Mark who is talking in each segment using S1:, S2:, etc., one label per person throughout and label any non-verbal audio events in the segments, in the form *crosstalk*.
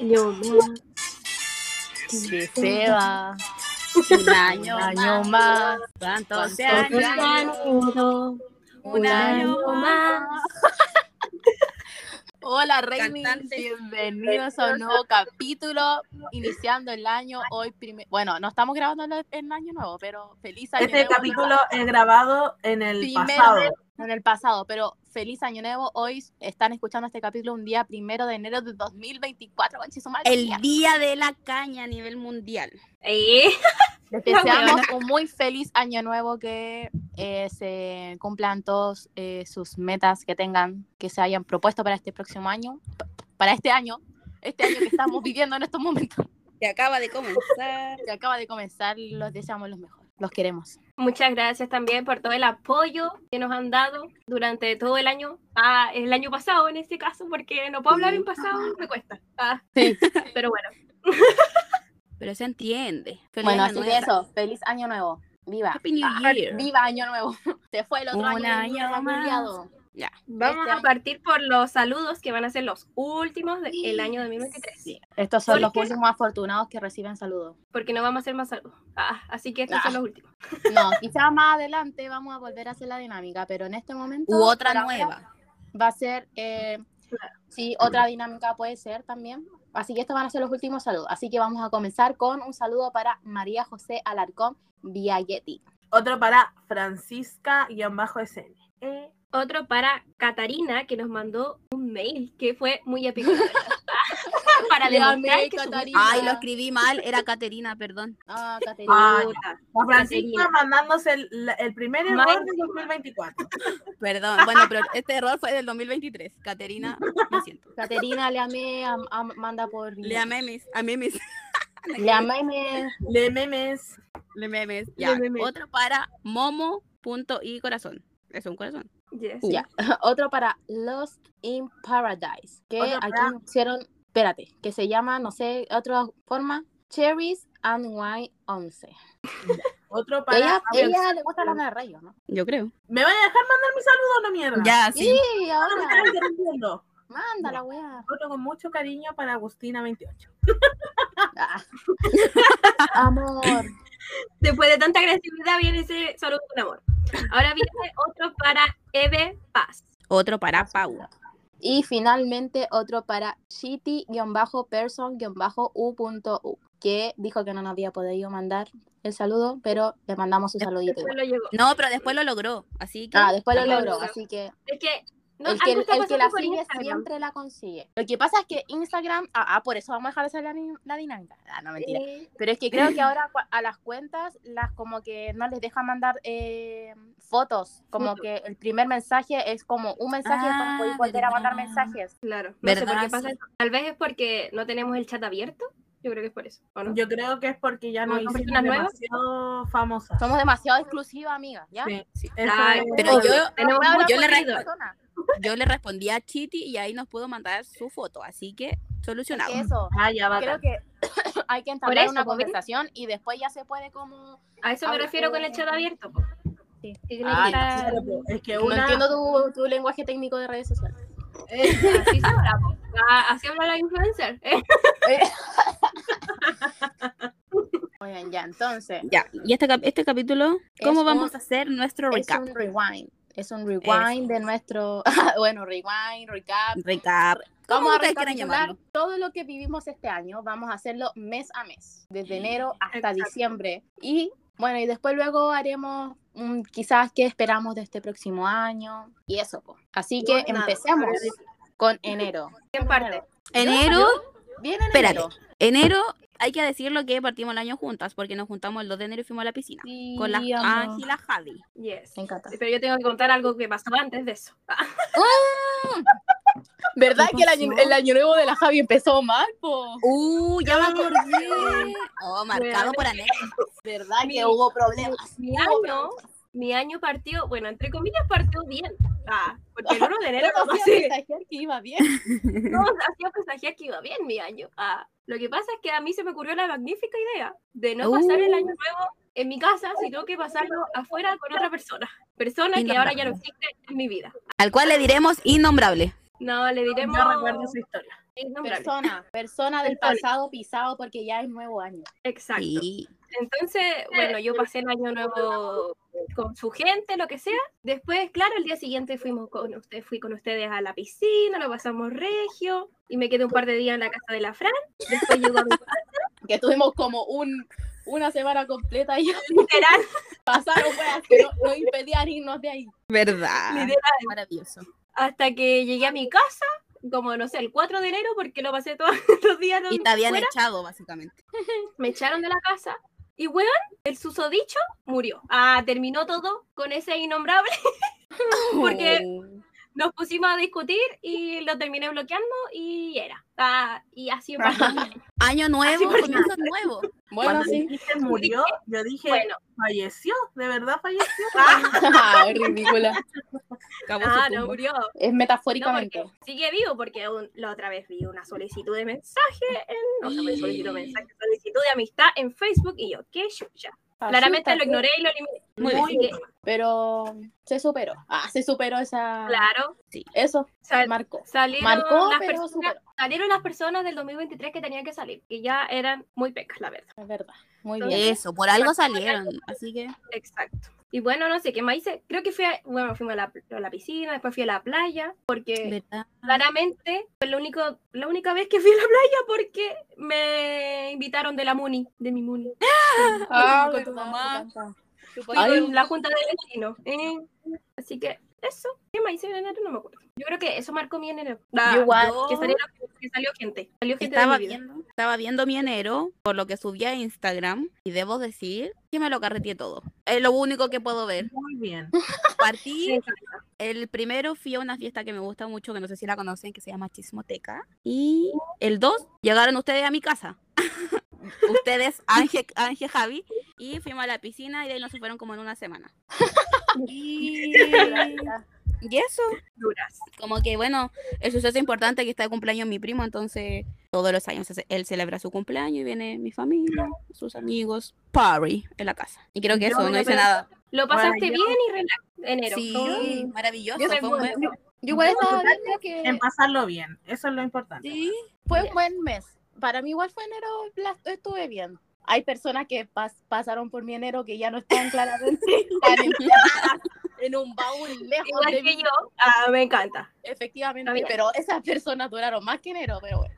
S1: Yo más.
S2: que se va
S3: Un
S2: un
S3: año,
S2: año más.
S3: ¿Cuántos se han
S2: ¿Cuántos
S1: Otros
S3: ido?
S1: han ido,
S3: Un año más.
S2: *laughs* Hola Raimi,
S3: Cantante.
S2: bienvenidos a un nuevo capítulo, iniciando el año hoy. prime- Bueno, no estamos grabando el, el año nuevo, pero feliz año
S4: Este
S2: nuevo.
S4: capítulo es grabado en el
S2: Primero
S4: pasado.
S2: No, en el pasado, pero feliz año nuevo. Hoy están escuchando este capítulo un día primero de enero de 2024. conche su madre.
S3: El día de la caña a nivel mundial.
S1: Eh,
S2: Deseamos un muy feliz año nuevo, que eh, se cumplan todos eh, sus metas que tengan, que se hayan propuesto para este próximo año, pa- para este año, este año que *laughs* estamos viviendo en estos momentos.
S3: Que acaba de comenzar.
S2: Que acaba de comenzar, los deseamos los mejores, los queremos.
S1: Muchas gracias también por todo el apoyo que nos han dado durante todo el año. Ah, el año pasado en este caso, porque no puedo hablar en pasado, me cuesta. Ah,
S2: Sí.
S1: Pero bueno,
S3: Pero se entiende. Feliz
S2: bueno,
S3: año
S2: así que
S3: nuevo.
S2: eso, feliz año nuevo. Viva. Ah,
S3: Happy New Year.
S2: Viva año nuevo. *laughs* Se fue el otro
S3: Un
S2: año.
S3: año
S2: mierda,
S3: más.
S2: culiado.
S1: vamos
S2: Este
S1: a
S2: año-
S1: partir por los saludos que van a ser los últimos del año 2023.
S3: Sí.
S2: Estos son
S1: ¿Por
S2: los
S1: qué?
S2: últimos afortunados que reciben saludos.
S1: Porque no vamos a hacer más saludos. Ah, así que estos
S2: Ah.
S1: son los últimos.
S2: No, quizás más adelante vamos a volver a hacer la dinámica, pero en este momento.
S3: U otra
S2: por ahora,
S3: nueva.
S2: Va a ser. eh, sí, otra dinámica puede ser también. Así que estos van a ser los últimos saludos. Así que vamos a comenzar con un saludo para María José Alarcón Viagetti.
S4: Otro para Francisca-SN. Eh,
S1: Otro para Catarina, que nos mandó un mail que fue muy épico. la verdad. *laughs* para
S2: Le
S1: demostrar
S2: amé,
S1: que su-
S2: Catarina.
S3: Ay, lo escribí mal. Era Caterina, perdón.
S2: Ah, Caterina.
S4: Ah, la Francisca
S1: Caterina.
S4: mandándose el, la- el primer
S1: Más
S4: error de
S1: encima.
S4: 2024.
S3: Perdón. Bueno, pero este error fue del 2023. Caterina, lo siento.
S2: Caterina le amé a, a Amanda por.
S3: Ah. Le amé mis. A mí mis.
S2: Le amé, me-
S4: Le memes.
S3: *laughs* Le memes.
S1: Le
S3: Ya.
S1: memes.
S3: Otro para momo. Punto y corazón. Es un corazón.
S1: Yes.
S2: Ya. Otro para Lost in Paradise, que
S4: Otro
S2: aquí
S4: para-
S2: nos pusieron, espérate, que se llama, no sé, otra forma, Cherries and Wine 11.
S4: Otro para.
S2: Ella,
S4: a ver,
S2: ella le gusta la de rayo, ¿no?
S3: Yo creo.
S4: ¿Me van a dejar mandar mi saludo o no, mierda?
S3: Ya,
S2: Sí,
S3: sí.
S4: No me
S2: ahora,
S4: están interrumpiendo.
S2: mándala, weá.
S4: Otro con mucho cariño para Agustina28.
S2: Ah. Amor,
S1: Después de tanta agresividad viene ese saludo con amor. Ahora viene otro para Eve Paz.
S3: Otro para Pau.
S2: Y finalmente otro para shitty-person-u.u, que dijo que no nos había podido mandar el saludo, pero le mandamos su saludito.
S1: Después
S2: igual.
S1: lo llegó.
S3: No, pero después lo logró. Así que.
S2: Ah, después lo
S1: Después lo
S2: logró,
S1: logró.
S2: así que
S1: Es que no, ah,
S2: el que,
S1: algo está
S2: el que
S1: pasando
S2: la
S1: por
S2: sigue
S1: Instagram.
S2: siempre la consigue. Lo que pasa es que Instagram, ah, ah, por eso vamos a dejar de hacer la, ni- la dinámica. Ah, no, mentira.
S1: Eh,
S2: Pero es que creo que ahora cua- a las cuentas las como que no les deja mandar eh, fotos. Como
S1: Fotos.
S2: que el primer mensaje es como un mensaje y después
S3: Ah,
S2: podéis volver a mandar
S3: verdad.
S2: mensajes.
S1: claro, no sé por
S3: ¿Verdad?
S1: qué pasa
S3: Sí.
S1: eso. Tal vez es porque no tenemos el chat abierto. Yo creo que es por eso. ¿o no?
S4: Yo creo que es porque ya no
S1: ¿Una
S4: hicimos
S1: persona nueva?
S4: demasiado famosa.
S2: Somos demasiado exclusivas, amigas, ¿ya?
S4: Sí,
S3: Sí.
S4: eso
S1: Ay,
S4: es-
S3: Pero yo-
S1: tenemos
S2: Voy a
S1: mucho
S2: hablar
S3: yo le
S2: con esa
S3: resto-
S2: persona,
S3: Yo le respondí a Chiti y ahí nos pudo mandar su foto, así que solucionado.
S2: porque eso.
S4: Ah, ya va.
S2: Creo que *coughs* hay que
S1: Por
S2: entablar
S1: eso,
S2: una
S1: pues, ¿ves?
S2: conversación y después ya se puede como...
S1: A eso me
S2: Ahora,
S1: refiero con el
S2: eh,
S1: chat abierto. po.
S2: sí. Ah,
S1: Que tiene que
S2: Ay,
S1: estar-
S4: Es que
S2: No
S4: una.
S2: entiendo tu, tu lenguaje técnico de redes sociales.
S1: Así se habla, po. Ah, así habla la influencer. eh.
S2: *laughs* Oigan, ya, entonces...
S3: Ya, y este, cap- este capítulo, ¿cómo
S2: Es
S3: vamos
S2: un-
S3: a hacer nuestro
S2: es
S3: recap?
S2: un rewind. Es un rewind de nuestro. *laughs* bueno, rewind, recap.
S3: Recap. ¿Cómo
S2: Vamos a
S3: ustedes quieran
S2: recapitular
S3: llamarlo?
S2: todo lo que vivimos este año. Vamos a hacerlo mes a mes, desde enero hasta
S1: Exacto.
S2: diciembre. Y bueno, y después luego haremos un quizás qué esperamos de este próximo año y eso. po. Así que
S1: Nada,
S2: empecemos con enero.
S1: En parte.
S3: Enero,
S2: Bien enero.
S3: Espérate. enero, hay que decirlo que partimos el año juntas, porque nos juntamos el 2 de enero y fuimos a la piscina.
S2: Sí,
S3: Con ah, la
S2: amor.
S3: Ángela Javi.
S1: Yes.
S2: Me encanta.
S1: Pero yo tengo que contar algo que pasó antes de eso. Ah,
S2: ¿Verdad
S3: ¿Qué
S2: que el año,
S3: pasó?
S2: el año nuevo de la Javi empezó mal? Po?
S3: Uh, ya me
S2: *laughs*
S3: acordé. Oh, marcado
S1: Bueno.
S3: por anécdota.
S2: ¿Verdad
S1: Mi-
S2: que hubo problemas?
S1: mi
S2: Hubo
S1: año,
S2: problemas.
S1: mi año partió, bueno, entre comillas partió bien. Ah, porque el 1 de enero
S2: *laughs* Yo no
S1: pasó
S2: hacía presagiar que iba bien.
S1: todos hacían presagiar que iba bien mi año. Ah, lo que pasa es que a mí se me ocurrió la magnífica idea de no pasar el
S2: Uh.
S1: año nuevo en mi casa, sino que pasarlo afuera con otra persona. Persona que ahora ya no existe en mi vida.
S3: Al cual le diremos innombrable.
S1: No, le diremos...
S4: Yo recuerdo esa historia.
S1: innombrable.
S2: Persona, persona del
S1: Innombrable.
S2: pasado pisado porque ya es nuevo año.
S1: Exacto.
S3: Sí.
S1: Entonces, bueno, yo pasé el año nuevo con su gente, lo que sea. Después, claro, el día siguiente fuimos con ustedes, fui con ustedes a la piscina, lo pasamos regio y me quedé un par de días en la casa de la Fran. Después llegó a mi
S2: Que tuvimos como un, una semana completa y *laughs*
S1: literal,
S2: pasaron cosas que no- nos impedían irnos de ahí. *laughs*
S3: ¿Verdad?
S1: literal,
S2: Maravilloso.
S1: hasta que llegué a mi casa, como no sé, el 4 de enero, porque lo pasé todos *laughs* los días.
S3: Y
S1: donde
S3: te habían
S1: fuera.
S3: echado, básicamente.
S1: me echaron de la casa. Y weón, el susodicho murió. Ah, terminó todo con ese innombrable. *laughs* Porque
S3: Oh.
S1: nos pusimos a discutir y lo terminé bloqueando y era. Ah, y así empezó mi año.
S3: Año
S1: Así
S3: nuevo,
S1: por
S2: *laughs*
S3: comienzo nuevo.
S2: Ah, Bueno,
S4: Cuando
S2: sí.
S4: dijiste murió, yo
S1: *laughs*
S4: dije,
S1: Bueno,
S4: falleció, de verdad falleció.
S2: Ah, ridícula.
S3: Acabó su
S1: ah,
S3: tumba.
S1: no murió.
S2: Es
S1: No,
S2: metafóricamente.
S1: porque sigue vivo porque un- la otra vez vi una solicitud de mensaje en, no sé, solicitud de mensaje, solicitud de amistad en Facebook y yo, qué chucha.
S2: Ah,
S1: Claramente lo ignoré y lo eliminé.
S3: Muy
S1: Así
S4: bien.
S1: que,
S2: Pero se superó. Ah, se superó esa.
S1: claro,
S2: Eso,
S1: sal-
S2: marcó.
S1: salieron,
S2: Marcó,
S1: las
S2: pero
S1: personas,
S2: superó.
S1: salieron las personas del 2023 que tenían que salir, que ya eran muy pecas, la verdad.
S2: Es verdad. Muy
S1: Entonces,
S2: bien.
S3: Eso, por algo salieron. Así que.
S1: Exacto. Y bueno, no sé qué más hice. Creo que fui a, bueno, fuimos a la, a la piscina, después fui a la playa, porque
S3: ¿Verdad?
S1: claramente fue lo único, la única vez que fui a la playa porque me invitaron de la Muni, de mi Muni.
S2: Ah,
S3: con tu mamá.
S1: Fui
S2: Ay.
S1: con la junta de vecinos. eh. Así que eso, ¿qué más hice en enero? No me acuerdo. Yo creo que eso marcó mi enero. Ah,
S2: Yo igual.
S1: que, salió, que salió gente. Salió gente de
S3: Estaba
S1: mi vida.
S3: viendo, estaba viendo mi enero, por lo que subí a Instagram, y debo decir que me lo carreteé todo. Es lo único que
S1: *laughs*
S3: puedo ver.
S4: Muy bien.
S1: Sí,
S3: Partí,
S1: exacto.
S3: el primero fui a una fiesta que me gusta mucho, que no sé si la conocen, que se llama Chismoteca. Y el 2, llegaron ustedes a mi casa. *laughs* ustedes, Ángel, Ángel, Javi, y fuimos a la piscina y de ahí nos fueron como en una semana. y... y eso,
S1: Duras.
S3: como que bueno, el suceso importante es que está de cumpleaños mi primo, entonces todos los años hace- él celebra su cumpleaños y viene mi familia, sus amigos, party en la casa. Y creo que
S1: Yo
S3: eso,
S1: me
S3: no
S1: lo
S3: hice
S1: perdí.
S3: nada.
S1: Lo
S4: Bueno,
S1: pasaste
S4: yo-
S1: bien y relax. Enero.
S3: Sí, maravilloso.
S1: Yo soy
S3: fue un buen-
S1: buena.
S2: Yo igual
S4: Yo
S2: estaba
S4: total-
S2: viendo que
S4: En pasarlo bien, eso es lo importante.
S3: Sí,
S2: fue un buen mes. Para mí igual fue enero, la- estuve bien. Hay personas que pas- pasaron por mi enero que ya no están
S1: *laughs*
S2: claramente están enterradas *laughs* en un baúl lejos
S1: Igual
S2: de
S1: que
S2: mí.
S1: yo, ah, me encanta.
S2: Efectivamente,
S1: Está bien.
S2: pero esas personas duraron más que enero, pero bueno.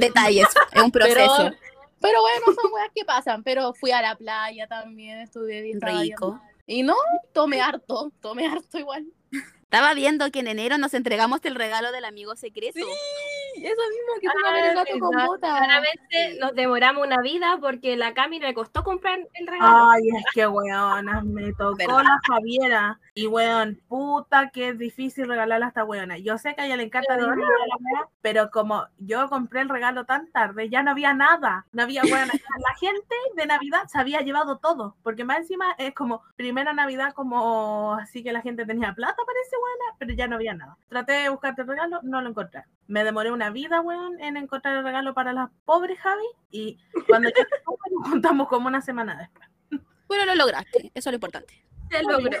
S3: detalles, es un proceso
S2: Pero, pero bueno, son weas que pasan. Pero fui a la playa también, estuve bien. estaba bien.
S3: rico.
S2: Y no, tomé harto, tomé harto igual.
S3: Estaba viendo que en enero nos entregamos el regalo del amigo secreto.
S2: eso mismo que
S1: fui a ver el gato con Claramente nos demoramos una vida porque la Cami le costó comprar el regalo.
S4: Ay, es que weonas, me tocó
S3: ¿Verdad?
S4: la Javiera. Y weón, puta que es difícil regalarle a esta weona. Yo sé que a ella le encanta
S1: Pero-
S4: Disney y la weá, pero como yo compré el regalo tan tarde, ya no había nada. No había weona. La gente de Navidad se había llevado todo. Porque más encima es como primera Navidad, como así que la gente tenía plata para ese weona, pero ya no había nada. Traté de buscarte el regalo, no lo encontré. Me demoré una vida, weón, en encontrar el regalo para las pobres Javi. Y cuando ya estuve, nos juntamos como una semana después.
S3: Bueno, lo lograste, eso es lo importante.
S1: Se logró.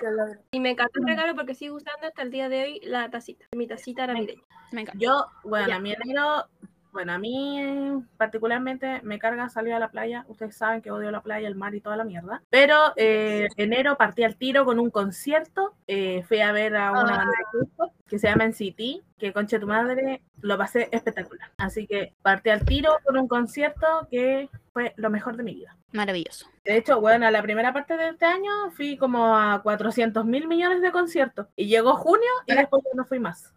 S1: Y me encantó el regalo porque sigo usando hasta el día de hoy la tacita. Mi tacita era mi
S3: Me encanta.
S4: Yo, bueno,
S1: Ya.
S4: a mí enero, bueno, a mí eh, particularmente me carga salir a la playa. Ustedes saben que odio la playa, el mar y toda la mierda. Pero eh, enero partí al tiro con un concierto. eh, fui a ver a una
S1: Ah.
S4: banda de K-pop que se llama En City, que conche tu madre, lo pasé espectacular. Así que partí al tiro con un concierto que fue lo mejor de mi vida.
S3: Maravilloso.
S2: Ah,
S4: De hecho, bueno, a la primera parte de este año fui como a 400 mil millones de conciertos. Y llegó junio y después ya no fui más.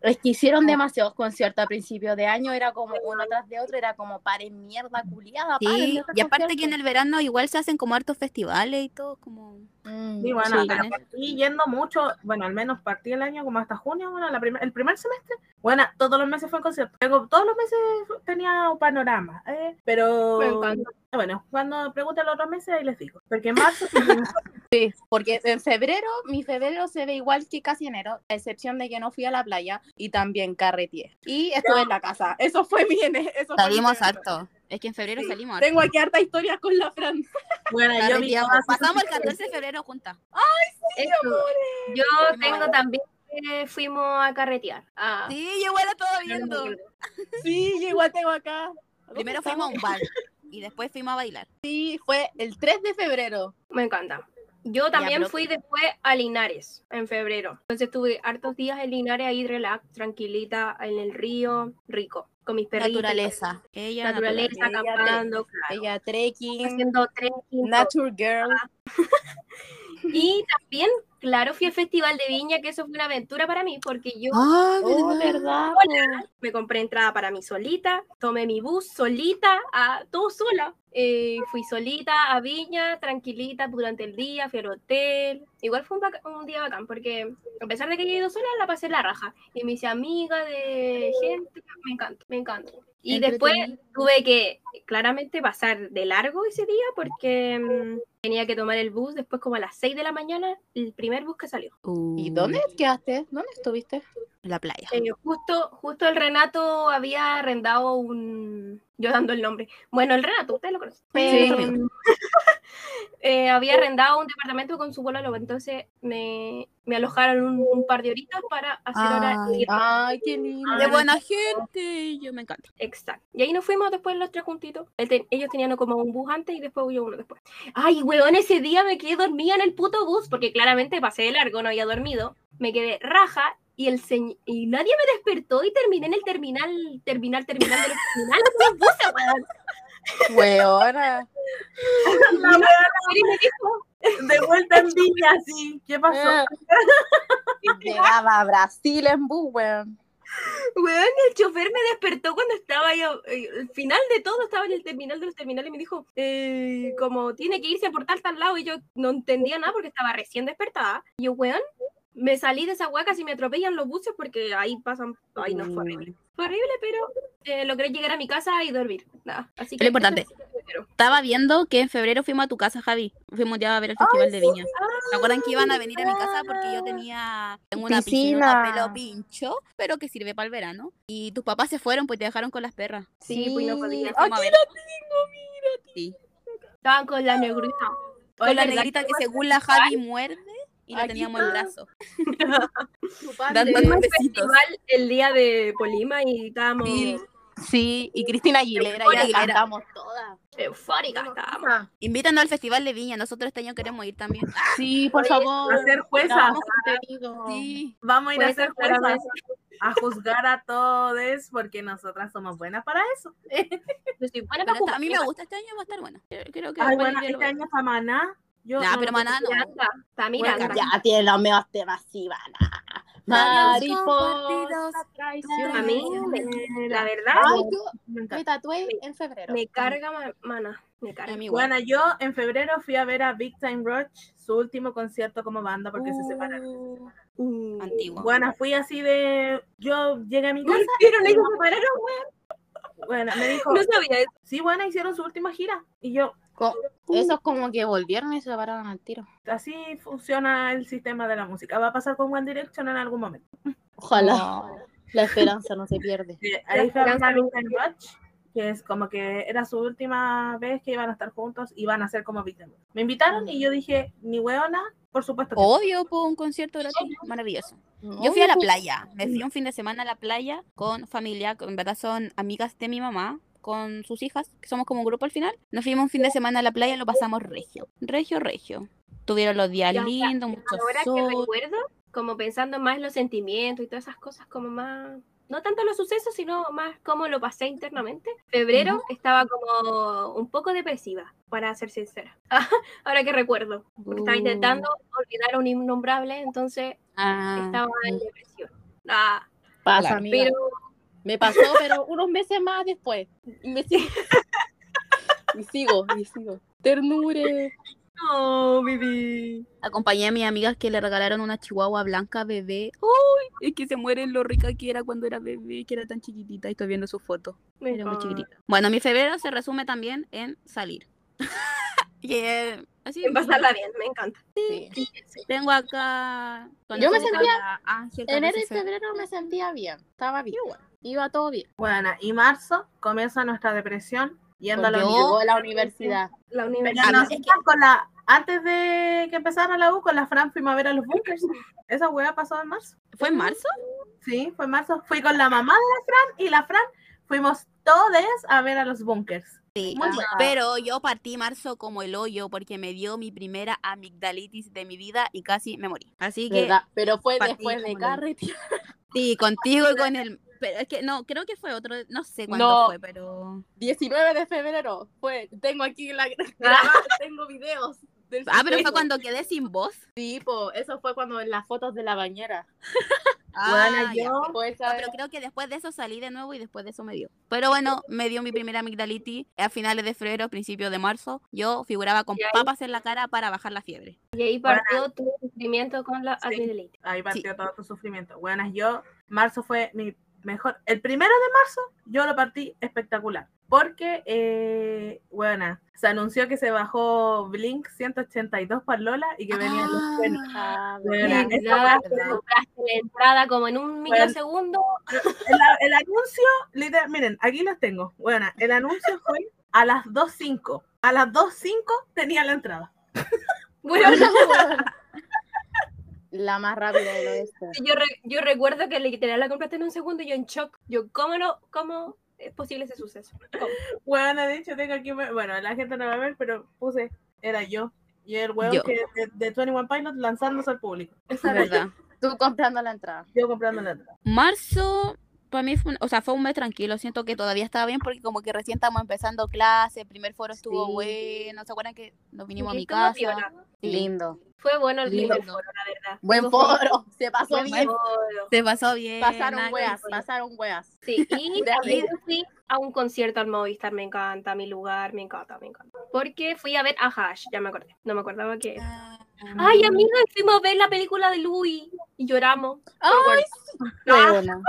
S2: Es que hicieron demasiados conciertos a principio de año, era como uno tras de otro, era como paren mierda, culiada, paren
S3: Sí,
S2: mierda,
S3: y aparte que en
S2: concierto".
S3: el verano igual se hacen como hartos festivales y todo, como...
S2: Mm,
S4: Sí, bueno,
S3: Sí,
S4: pero
S3: ¿eh?
S4: partí yendo mucho, bueno, al menos partí el año como hasta junio, bueno, la primer- el primer semestre, bueno, todos los meses fue en concierto, Luego, todos los meses fu- tenía un panorama, eh, pero
S1: Me encanta.
S4: bueno, cuando pregunten los otros meses ahí les digo, porque en marzo *laughs* tuve un-
S2: Porque en febrero, mi febrero se ve igual que casi enero, a excepción de que no fui a la playa y también carreteé. Y estuve en la casa. Eso fue mi ene- Eso fue mi
S3: Salimos
S2: febrero.
S3: harto. Es que en febrero
S2: Sí.
S3: salimos harto.
S2: Tengo aquí harta historia con la Fran.
S4: bueno, yo
S2: *laughs*
S4: vi
S3: Carreteamos.
S4: todas esas
S3: Pasamos el
S4: cosas.
S3: 14 de febrero juntas.
S1: Eso. Yo tengo también que fuimos a carretear.
S2: Ah.
S1: a-
S3: Sí, yo igual la estaba viendo.
S2: Sí, yo igual tengo acá.
S3: Primero fuimos a un bar y después fuimos a
S2: *laughs*
S3: bailar.
S2: Sí, fue el 3 de febrero.
S1: Me encanta. Yo también
S3: pero-
S1: fui después a Linares en febrero. Entonces tuve hartos días en Linares ahí relax, tranquilita, en el río, rico, con mis perritos.
S2: Naturaleza.
S3: Ella,
S1: Naturaleza,
S2: naturaleza.
S1: acampando, claro,
S2: Ella trekking,
S1: haciendo trekking.
S2: nature girl.
S1: Y también, claro, fui al Festival de Viña, que eso fue una aventura para mí, porque yo
S3: Ah,
S2: Oh,
S3: verdad.
S2: verdad.
S1: me compré entrada para mí solita, tomé mi bus solita, a, todo sola. Eh, fui solita a Viña, tranquilita durante el día, fui al hotel. Igual fue un, bac- un día bacán, porque a pesar de que he ido sola, la pasé la raja. Y me hice amiga de gente, me encanta, me encanta. Y después tuve que claramente pasar de largo ese día porque mm, tenía que tomar el bus después como a las 6 de la mañana, el primer bus que salió.
S2: ¿Y dónde quedaste? ¿Dónde estuviste?
S3: Oh. La playa.
S1: Eh, justo, justo el Renato había arrendado un. Yo dando el nombre. Bueno, el Renato, ustedes lo conocen.
S2: Sí. Oh.
S1: Pero- *laughs* Eh, había arrendado un departamento con su vuelo, entonces me, me alojaron un, un par de horitas para hacer hora.
S3: Ay,
S1: libre.
S2: Ay, qué lindo.
S1: Ah,
S3: De *laughs* buena gente. Yo me encanta.
S1: Exacto. Y ahí nos fuimos después los tres juntitos. Él te- ellos tenían como un bus antes y después yo uno después. Ay, weón, ese día me quedé dormida en el puto bus porque claramente pasé de largo, no había dormido. Me quedé raja y el señ- y nadie me despertó y terminé en el terminal, terminal, terminal de los terminales de los buses, weón.
S2: Weona.
S4: *laughs* La wea
S1: Y me dijo,
S4: *laughs* de vuelta en Viña, así. ¿Qué
S3: Ah.
S4: pasó?
S2: Eh. Llegaba a Brasil en bus, weón.
S1: weón, el chofer me despertó cuando estaba yo, eh, al final de todo estaba en el terminal de los terminales y me dijo, eh, como tiene que irse por tal tal lado y yo no entendía nada porque estaba recién despertada. Y yo, weón, me salí de esa hueca y me atropellan los buses porque ahí pasan, ahí no
S3: Mm.
S1: fue horrible. Fue horrible, pero eh, logré llegar a mi casa y dormir. Nada, así que...
S3: lo importante.
S1: eso fue primero.
S3: Estaba viendo que en febrero fuimos a tu casa, Javi. Fuimos ya a ver el Festival de Viña. ¿Se acuerdan que iban a venir a mi casa porque yo tenía tengo una piscina,
S2: Ah. Piscina.
S3: pelo pincho, pero que sirve para el verano? Y tus papás se fueron pues te dejaron con las perras.
S1: Sí, pues no podía.
S2: Aquí
S3: Fuimos a ver-
S2: la
S3: Sí.
S1: Estaban con la negrita.
S3: Con la
S1: ¿verdad?
S3: negrita que según la Javi muerde y la
S2: Aquí
S3: teníamos en
S2: está.
S3: brazo.
S2: chupaste.
S3: Dándole besitos.
S1: Festival el día de Polima y estábamos
S3: Sí.
S2: Sí, y Cristina Aguilera,
S3: Cristina
S2: ya
S3: Aguilera.
S2: cantamos todas.
S1: eufóricas. Estábamos.
S3: Invítanos al Festival de Viña, nosotros este año queremos ir también.
S2: Sí, por
S3: Ah.
S2: favor.
S4: Hacer juezas.
S2: hagamos contenido.
S3: Sí.
S4: Vamos a ir a
S1: Juezas,
S4: hacer juezas.
S1: claramente.
S4: A juzgar a todos porque nosotras somos buenas para eso.
S1: Yo soy buena
S3: Pero
S1: para
S3: esta-
S1: jugar.
S3: a mí me gusta este año, va a estar bueno. Creo- Creo que
S4: Ay,
S3: van a
S4: bueno,
S3: ir
S4: este
S3: bien.
S4: año está maná. Yo
S3: Nah,
S4: no
S3: pero
S4: lo
S3: maná no.
S1: Miranda, está Miranda.
S3: Bueno,
S2: Ya tiene los medios temas, sí, van a- Mariposa
S3: Partidos.
S2: traición.
S1: A mí, me- la verdad,
S2: Ay, yo
S4: me encanta.
S2: me tatué en febrero.
S1: me carga ma- Mana. Me carga.
S3: A mí igual.
S4: Bueno, yo en febrero fui a ver a Big Time Rush, su último concierto como banda porque se separaron.
S3: Uh,
S1: Uh,
S3: Antiguo.
S4: Bueno, fui así de... Yo llegué a mi casa,
S1: hicieron? ¿Ellos se separaron?
S4: bueno, me dijo,
S1: No sabía eso.
S4: sí, bueno, hicieron su última gira. Y yo,
S2: Co- Esos como que volvieron y se lo pararon al tiro.
S4: así funciona el sistema de la música. Va a pasar con One Direction en algún momento.
S2: Ojalá. La esperanza no se pierde.
S4: Eh, Ahí fui a ver
S1: esperanza
S4: a Big Time Rush, que es como que era su última vez que iban a estar juntos y van a ser como Big Time Rush. Me invitaron y yo dije, ni hueona, por supuesto que no".
S3: Obvio, por un concierto gratis. Maravilloso. Yo fui a la playa. Me fui un fin de semana a la playa con familia, que en verdad son amigas de mi mamá, con sus hijas, que somos como un grupo al final. Nos fuimos un fin de semana a la playa y lo pasamos regio. Regio, regio. Tuvieron los días
S1: Ya, ya.
S3: lindos, mucho
S1: Ahora que
S3: sol.
S1: recuerdo, como pensando más en los sentimientos y todas esas cosas, como más. No tanto los sucesos, sino más cómo lo pasé internamente. Febrero estaba como un poco depresiva, para ser sincera. *laughs* Ahora que recuerdo, porque estaba
S3: Uh,
S1: intentando olvidar a un innombrable, entonces
S3: ah,
S1: estaba en depresión. Ah,
S2: Pasa,
S3: Claro.
S2: amiga.
S1: pero
S2: Me pasó, pero unos meses más después. Y me sigo. *laughs* y sigo, y sigo. Ternure.
S1: No, viví.
S3: Acompañé a mis amigas que le regalaron una chihuahua blanca bebé. ¡Uy! Es que se mueren lo rica que era cuando era bebé, que era tan chiquitita. Y estoy viendo su foto. Era
S1: Ah.
S3: muy chiquitita. Bueno, mi febrero se resume también en salir. *laughs* y eh, así.
S1: pasarla bien, me encanta.
S2: Sí.
S3: Tengo acá.
S2: Yo me
S3: conocer a
S2: sentía- este
S3: Ángel
S2: Enero y
S3: Carlos F.
S2: febrero me sentía bien. Estaba bien. Iba todo bien.
S4: Bueno, y marzo comienza nuestra depresión yendo a la
S2: Llegó la universidad.
S1: La
S4: Pero
S1: universidad.
S3: A mí
S4: Ah, no
S3: es
S4: con la antes de que empezara la U con la Fran fuimos a ver a los bunkers. Esa hueá pasó en marzo.
S3: ¿Fue en marzo?
S4: Sí, fue en marzo. Fui con la mamá de la Fran y la Fran fuimos todos a ver a los bunkers.
S3: Sí,
S4: Muy
S3: ah,
S4: bueno.
S3: pero yo partí marzo como el hoyo porque me dio mi primera amigdalitis de mi vida y casi me morí. Así que
S2: ¿Verdad? Pero fue
S3: Partí
S2: después de
S3: como
S2: *laughs* carretera.
S3: sí, contigo y con el pero es que no, creo que fue otro, no sé cuándo
S2: No.
S3: fue, pero
S2: 19 de febrero. Fue, tengo aquí la
S3: *laughs*
S2: grabada, tengo videos. del
S3: Ah, pero fue
S2: *laughs* suceso.
S3: cuando quedé sin voz.
S2: Sí, po, eso fue cuando en las fotos de la bañera.
S3: Ah, ya.
S4: yo-
S2: Fue esa
S3: No,
S2: vez.
S3: pero creo que después de eso salí de nuevo y después de eso me dio. Pero bueno, me dio mi primera amigdalitis a finales de febrero, principios de marzo. Yo figuraba con
S1: ¿Y ahí?
S3: papas en la cara para bajar la fiebre.
S1: Y ahí partió tu sufrimiento con la
S4: Sí.
S1: amigdalitis.
S4: Ahí partió todo tu sufrimiento. Buenas, yo, marzo fue mi mejor. El primero de marzo yo lo partí espectacular. Porque, eh, buena, se anunció que se bajó Blink 182 para Lola y que venían los buenos.
S2: Ah, verdad.
S4: Buena, esa hueá
S1: Te
S4: fue-
S1: compraste la entrada como en un
S4: Bueno.
S1: microsegundo.
S4: el, el anuncio, literal, miren, aquí los tengo. Bueno, el anuncio fue a las 2.05. A las 2.05 tenía la entrada.
S1: Bueno,
S2: *laughs* La más rápida del oeste.
S1: yo, re- yo recuerdo que literal la compraste en un segundo y yo en shock. Yo, ¿cómo no? ¿Cómo es posible ese suceso? ¿Cómo?
S4: Bueno, de hecho, tengo aquí, bueno, la gente no va a ver, pero puse, era yo. Y el
S3: Yo.
S4: huevo que de, de 21 Pilot lanzándose al público. Esa era
S3: ¿Verdad?
S2: Tú comprando la entrada.
S4: yo comprando la entrada.
S3: Marzo, para mí, fue un, o sea, fue un mes tranquilo. Siento que todavía estaba bien porque como que recién estamos empezando clase, el primer foro estuvo
S2: Sí.
S3: bueno. ¿Se acuerdan que nos vinimos a
S1: Y
S3: mi
S1: estuvo
S3: casa?
S1: piola.
S3: Sí.
S2: Lindo.
S1: Fue bueno el
S2: Lindo.
S1: primer foro, la verdad.
S2: Buen
S1: Estuvo
S2: foro. Se pasó
S1: Buen
S2: bien.
S1: foro.
S3: Se pasó bien. nada
S2: Pasaron
S3: que
S2: weas,
S3: decir.
S2: pasaron weas.
S1: *laughs* Sí, y
S2: De
S1: también
S2: abril.
S1: fui a un concierto al Movistar, me encanta, mi lugar, me encanta, me encanta. Porque fui a ver a Hash, ya me acordé, no me acordaba que...
S3: Ah,
S1: Ay, amiga, y fuimos a ver la película de Louis y lloramos. Pero bueno,
S2: Qué
S4: Ah,
S2: buena.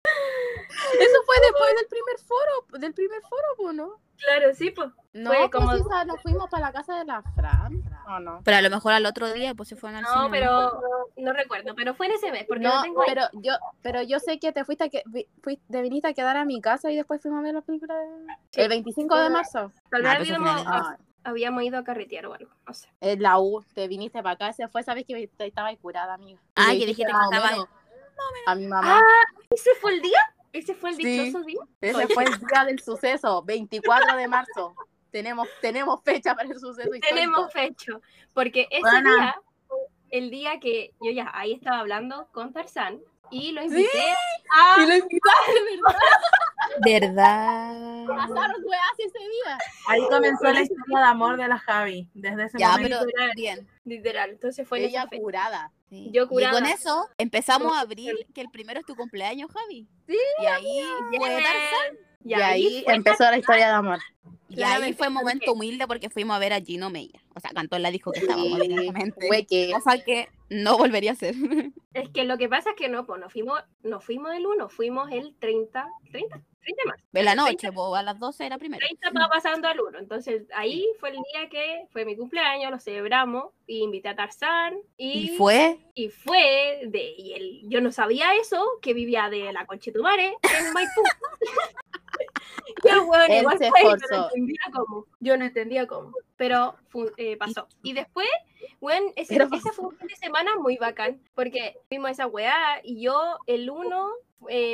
S2: Eso
S3: *laughs*
S2: fue después del primer foro, del primer foro, po, ¿no?
S1: claro, sí, pues.
S2: No,
S1: Fue
S2: como...
S1: como-
S2: nos fuimos para la casa de la Fran. ¿o no?
S3: Pero a lo mejor al otro día pues se fueron al
S1: No,
S3: cine,
S1: pero no recuerdo, pero fue en ese mes, porque no
S2: No,
S1: tengo...
S2: pero yo, pero yo sé que te fuiste a que vi- fuiste, te viniste a quedar a mi casa y después fuimos a ver la película de-
S1: Sí.
S2: el 25 de marzo.
S1: Tal vez
S3: Ah, pues al
S1: habíamos,
S3: final-
S2: Ah,
S1: habíamos ido a carretear o algo, no sé.
S2: en la U, te viniste para acá, ese fue, sabes que te- estaba curada, amiga. Y
S3: Ah,
S2: le
S3: que
S2: dijiste
S3: dijiste que
S2: más o
S3: estaba-
S2: menos a mi mamá.
S1: Ah, ¿ese fue el día? ¿Ese fue el
S2: Sí.
S1: dichoso día?
S2: Ese fue el día del suceso, 24 de marzo. Tenemos, tenemos fecha para el suceso histórico.
S1: Tenemos fecho, porque ese
S4: Buena.
S1: día, fue el día que yo ya ahí estaba hablando con Tarzán y lo invité a...
S2: Y lo invitaste, ¿verdad?
S3: ¿Verdad?
S2: Pasaron weas ese día.
S4: Ahí comenzó la historia de amor de la Javi. Desde ese
S3: Ya,
S4: momento.
S3: pero
S1: literal.
S3: bien.
S1: Literal, entonces fue en
S2: Ella
S1: esa fecha.
S2: curada.
S3: sí.
S1: Yo
S3: y con
S1: curada.
S3: eso empezamos a abril, que el primero es tu cumpleaños, Javi.
S2: Sí,
S3: Y ahí fue
S1: Bien.
S3: Tarzán.
S2: Y,
S1: Y
S2: ahí
S1: fue-
S2: empezó la historia de amor.
S3: Y
S1: Claramente
S3: ahí fue un momento
S1: porque-
S3: humilde porque fuimos a ver a Gino Meya. O sea, cantó en la disco que estábamos directamente.
S2: Fue que
S3: Cosa que no volvería a hacer. *laughs*
S1: Es que lo que pasa es que no, pues nos fuimos, nos fuimos el 1, fuimos el 30, 30, 30 más.
S3: De la noche, po, a las 12 era primero.
S1: 30 va pasando al 1. Entonces ahí fue el día que fue mi cumpleaños, lo celebramos y invité a Tarzán
S3: Y
S1: y,
S3: fue.
S1: y fue de y el, yo no sabía eso, que vivía de la Conchetumare en
S2: *laughs*
S1: Maipú. y el hueón
S2: Él
S1: igual
S2: se
S1: fue, yo no
S2: esforzó.
S1: entendía cómo. Yo no entendía cómo, pero fu- eh, pasó. Y después Weón, ese,
S2: Pero-
S1: ese fue un fin de semana muy bacán, porque fuimos a esa weá y yo el 1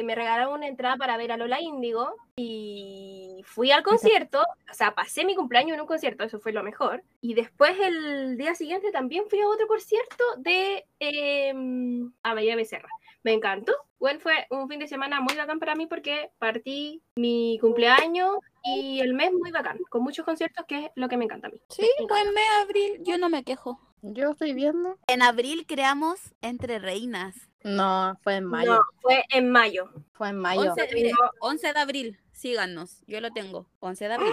S1: me regalaron una entrada para ver a Lola Índigo y fui al concierto, o sea, pasé mi cumpleaños en un concierto, eso fue lo mejor, y después el día siguiente también fui a otro concierto de em, Amelia Becerra. Me encantó. Bueno, fue un fin de semana muy bacán para mí porque partí mi cumpleaños y el mes muy bacán, con muchos conciertos, que es lo que me encanta a mí.
S3: Sí, buen mes, abril. Yo no me quejo.
S2: yo estoy viendo.
S3: En abril creamos Entre Reinas.
S2: No, fue en mayo.
S1: No, fue en mayo.
S2: Fue en mayo.
S3: 11, mire, 11 de abril. Síganos. Yo lo tengo. 11 de abril.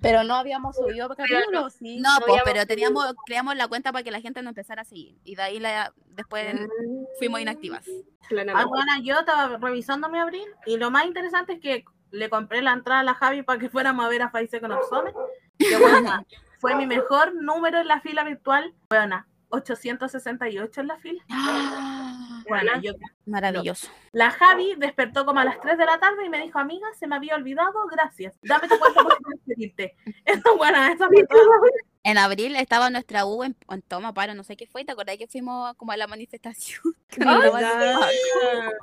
S2: Pero no habíamos subido capítulos, sí.
S3: No,
S1: no
S3: pues,
S1: habíamos tenido-
S3: pero teníamos, creamos la cuenta para que la gente nos empezara a seguir. Y de ahí la, después fuimos inactivas.
S4: Ah,
S1: Planamente.
S4: bueno, yo estaba revisando mi abril. Y lo más interesante es que le compré la entrada a la Javi para que *laughs* fuéramos a ver a Faise con Opsone. Que buena. Fue mi mejor número en la fila virtual. Buena. 868 en la fila. Bueno,
S3: yo- *gasps* Maravilloso.
S4: La Javi despertó como a las 3 de la tarde y me dijo, amiga, se me había olvidado, gracias. Dame tu cuenta para despedirte. *laughs* Esto, bueno, eso fue todo.
S3: En abril estaba nuestra U en, en Toma Paro, no sé qué fue. ¿Te acordás que fuimos como a la manifestación? *laughs* Que
S1: Ay,
S3: andaban los
S4: ya.
S3: pacos.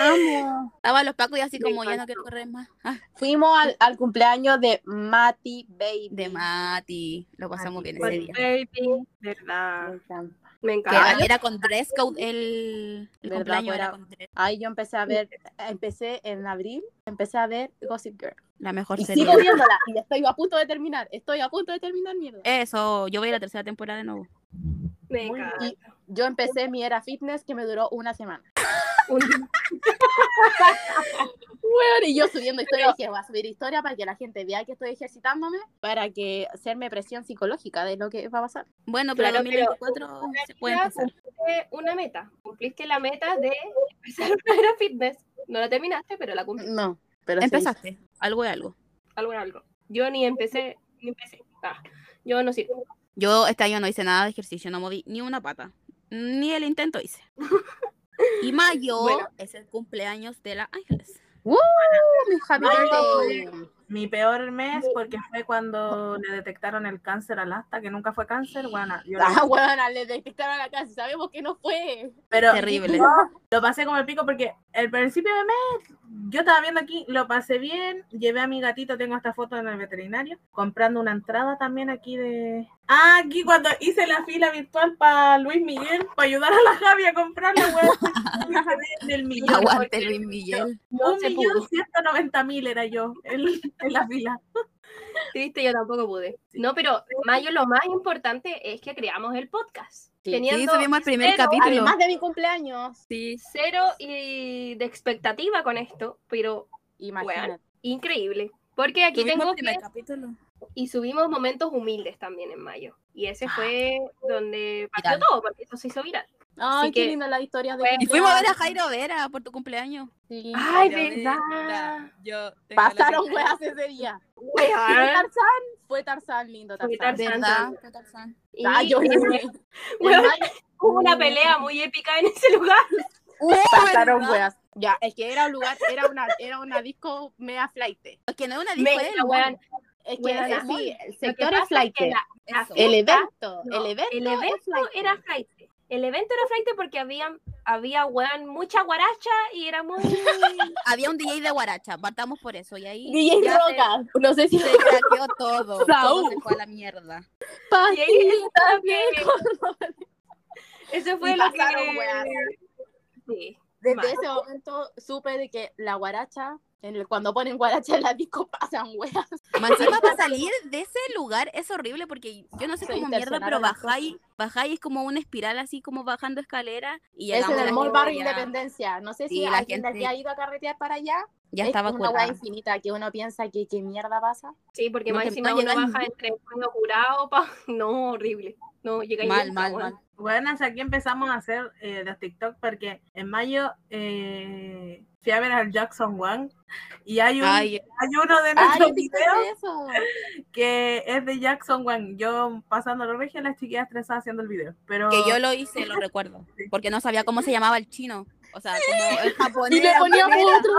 S2: Amo.
S3: Estaban los pacos y así
S1: Me
S3: como ya no
S1: encantó.
S3: quiero correr más. Ah,
S2: Fuimos al, al cumpleaños de Mati Baby.
S3: de Mati. Lo pasamos
S4: Mati,
S3: bien
S4: bueno,
S3: ese día.
S1: Baby, verdad. Me
S3: Que
S1: encanta.
S3: era con dress code el, el
S2: ¿Verdad,
S3: cumpleaños. Era
S2: fuera?
S3: con dress.
S2: Ahí yo empecé a ver, empecé en abril, empecé a ver Gossip Girl.
S3: La mejor
S2: Y
S3: serie.
S2: *laughs* sigo viéndola y estoy a punto de terminar, estoy a punto de terminar, mierda.
S3: Eso, yo voy a la tercera temporada de nuevo.
S1: Me
S4: Muy bien.
S1: encanta.
S2: Yo empecé mi era fitness que me duró una semana.
S1: Un-
S2: Bueno, y yo subiendo historia, dije, voy a subir historia para que la gente vea que estoy ejercitándome, para que hacerme presión psicológica de lo que va a pasar.
S3: Bueno, pero
S1: Claro, pero-
S3: 2024 se puede
S1: Ya
S3: empezar.
S1: cumpliste una meta. Cumpliste la meta de empezar *laughs* una era fitness. No la terminaste, pero la cumpliste.
S2: No, pero sí.
S3: Empezaste. Algo de algo.
S1: Algo en algo. Yo ni empecé, ni empecé. Ah, yo no sirvo.
S3: Yo este año no hice nada de ejercicio, no moví ni una pata. Ni el intento hice. Y mayo
S1: Bueno.
S3: es el cumpleaños de la Ángeles.
S2: mi happy
S4: Ay.
S2: birthday.
S4: Mi peor mes porque fue cuando le detectaron el cáncer al asta, que nunca fue cáncer, bueno, yo
S2: Ah, bueno, le detectaron la casa, sabemos que no fue.
S4: Pero
S3: Terrible.
S4: yo lo pasé como el pico porque el principio de mes, yo estaba viendo aquí, lo pasé bien, llevé a mi gatito, tengo esta foto en el veterinario, comprando una entrada también aquí de... Ah, aquí cuando hice la fila virtual para Luis Miguel, para ayudar a la Javi a comprar la web del *laughs* millón.
S3: Aguante Luis Miguel.
S1: No
S4: un
S1: se
S4: millón
S1: pudo.
S4: ciento noventa mil era yo en, en la fila.
S1: Triste, yo tampoco pude. No, pero Mayo lo más importante es que creamos el podcast.
S2: Sí,
S3: Sí,
S1: Teniendo
S3: subimos el primer
S1: cero-
S3: capítulo.
S2: Además de mi cumpleaños.
S3: Sí.
S1: cero y de expectativa con esto, pero
S2: Imagínate.
S1: increíble. Porque aquí
S3: Subimos
S1: tengo
S3: el primer
S1: que-
S3: capítulo.
S1: y subimos momentos humildes también en mayo. Y ese fue donde partió
S3: Viral.
S1: todo, porque eso se hizo viral.
S2: Ay,
S1: Así
S2: qué
S1: que-
S2: linda la historia de
S1: Bueno.
S3: Y fuimos a ver a Jairo Vera por tu cumpleaños.
S2: Sí.
S1: ¡Ay,
S3: Jairo
S1: verdad!
S3: Vera, Yo tengo la
S2: Pasaron
S3: memoria.
S2: weas ese día. ¿Fue
S1: Weón.
S2: Tarzán? Fue Tarzán, lindo
S1: Fue
S2: Tarzán.
S1: Tarzán.
S3: ¿Verdad? Fue Tarzán.
S1: Y
S2: Ah, yo
S1: *laughs*
S2: lloré.
S1: Weón,
S2: Hermano,
S1: hubo
S2: mm.
S1: una pelea muy épica en ese *laughs* lugar.
S2: Pasaron
S3: ¿verdad?
S2: weas. Ya, es que era un lugar, era una, era una disco mega flight.
S3: Es que no es una disco,
S1: Me-
S3: era el
S1: weón,
S3: mall.
S2: Es que
S1: Weón,
S2: era
S1: amor,
S2: así, el
S1: lo que
S2: sector
S1: pasa
S2: es
S1: es
S2: flight.
S1: que la- la
S3: Eso.
S2: El
S1: fiesta-
S2: evento,
S1: No,
S2: el evento.
S1: el
S2: es
S1: evento
S2: flight.
S1: era flight. El evento era flight porque había, había weón, mucha guaracha y era
S2: *laughs*
S1: muy... *laughs*
S3: Había un DJ de Guaracha, partamos por eso. Y ahí
S2: DJ
S3: ya se-
S2: Roca, no sé si
S3: se craqueó todo. todo
S2: Saúl.
S3: se fue a la mierda.
S1: Y ahí eso fue lo
S2: bien
S1: que- *laughs* Eso fue
S2: Y
S1: lo que...
S2: pasaron weas.
S1: *laughs* Sí.
S2: Desde ese momento supe de que la guaracha, en el- cuando ponen guaracha en la disco *laughs* pasan weas.
S3: Más encima para salir de ese lugar es horrible porque yo no sé
S2: Se
S3: cómo mierda, pero
S2: distorsionaron las
S3: bajáis, bajáis es como una espiral así como bajando escalera y
S2: Es en
S3: llegamos a
S2: el
S3: la
S2: Mall
S3: gente
S2: Barrio
S3: ya-
S2: Independencia. No sé
S3: Sí,
S2: si
S3: la
S2: alguien de aquí
S3: gente-
S2: ha ido a carretear para allá.
S3: Ya
S2: es
S3: estaba
S2: una wea
S3: curada.
S2: infinita que uno piensa que qué mierda *laughs* pasa.
S1: Sí, porque
S3: No
S1: más
S3: te-
S1: encima
S3: no
S1: uno
S3: llegáis
S1: baja entre cuando curado, pa... *laughs* no, horrible. No, llegáis
S3: Mal,
S1: nunca,
S3: mal,
S1: weón.
S3: mal.
S4: Bueno, hasta aquí empezamos a hacer eh, los TikTok porque en mayo eh, fui a ver al Jackson Wang y hay, un,
S3: Ay,
S4: hay uno de
S2: Ay,
S4: nuestros
S2: ¿viste
S4: videos
S2: eso?
S4: que es de Jackson Wang. Yo pasando los regios, las chiquillas estresadas haciendo el video. Pero
S3: que yo lo hice, lo recuerdo. Porque no sabía cómo se llamaba el chino. O sea, como el japonés.
S2: *laughs* Y le poníamos
S3: japonés,
S2: otro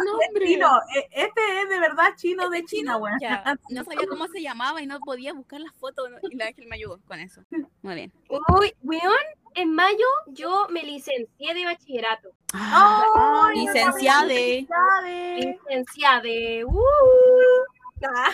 S4: chino,
S2: nombre.
S4: e- este es de verdad chino de China, weón. *laughs*
S3: ya. No sabía cómo se llamaba y no podía buscar las fotos. ¿no? Y la Ángel me ayudó con eso. Muy bien.
S1: Uy, weón, en mayo yo me licencié de bachillerato.
S4: ¡Ay,
S3: Ay,
S4: no
S3: licenciada.
S4: sabía, licenciada.
S1: Licenciada de... Uh, Ah,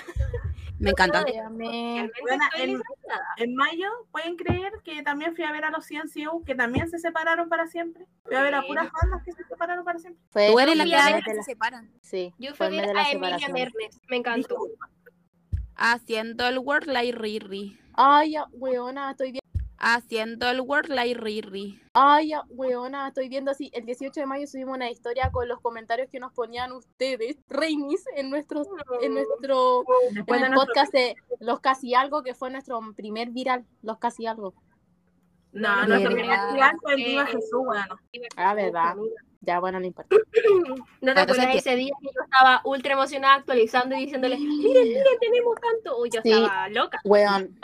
S3: Me encanta.
S2: Óyame.
S1: realmente
S4: Buena,
S1: estoy
S4: en-
S1: licenciada.
S4: En mayo, pueden creer que también fui a ver a los CNCU, que también se separaron para siempre. Fui a ver a puras bandas que se separaron para siempre.
S2: Fue
S3: Tú eres la
S1: Yo
S3: que
S1: fui a
S3: hace
S1: ver-
S3: que se separan.
S2: Sí,
S1: Yo fui
S2: fue
S1: a
S2: el mes
S1: ver
S2: de la
S1: a Emilia
S2: separación.
S1: Mernes, me encantó.
S3: Haciendo el work like Riri.
S2: Ay, ya, weona, estoy viendo.
S3: Haciendo el work like Riri.
S2: Ay, ya, weona, estoy viendo así. El 18 de mayo subimos una historia con los comentarios que nos ponían ustedes, Reinis, en nuestro, en este nuestro
S4: Después
S2: en
S4: de
S2: el
S4: nuestro...
S2: podcast de Los Casi Algo, que fue nuestro primer viral, Los Casi Algo.
S4: No, nuestro
S3: Verdad.
S4: primer lugar fue el Viva
S1: Eh,
S4: Jesús, bueno.
S2: Ah, verdad. Ya, bueno, no importa.
S1: ¿No te
S3: Pero
S1: acuerdas
S3: sentí-
S1: ese día que yo estaba ultra emocionada actualizando y diciéndole, miren, miren, tenemos tanto? Uy, yo
S2: Sí.
S1: estaba loca.
S2: *laughs* Weón,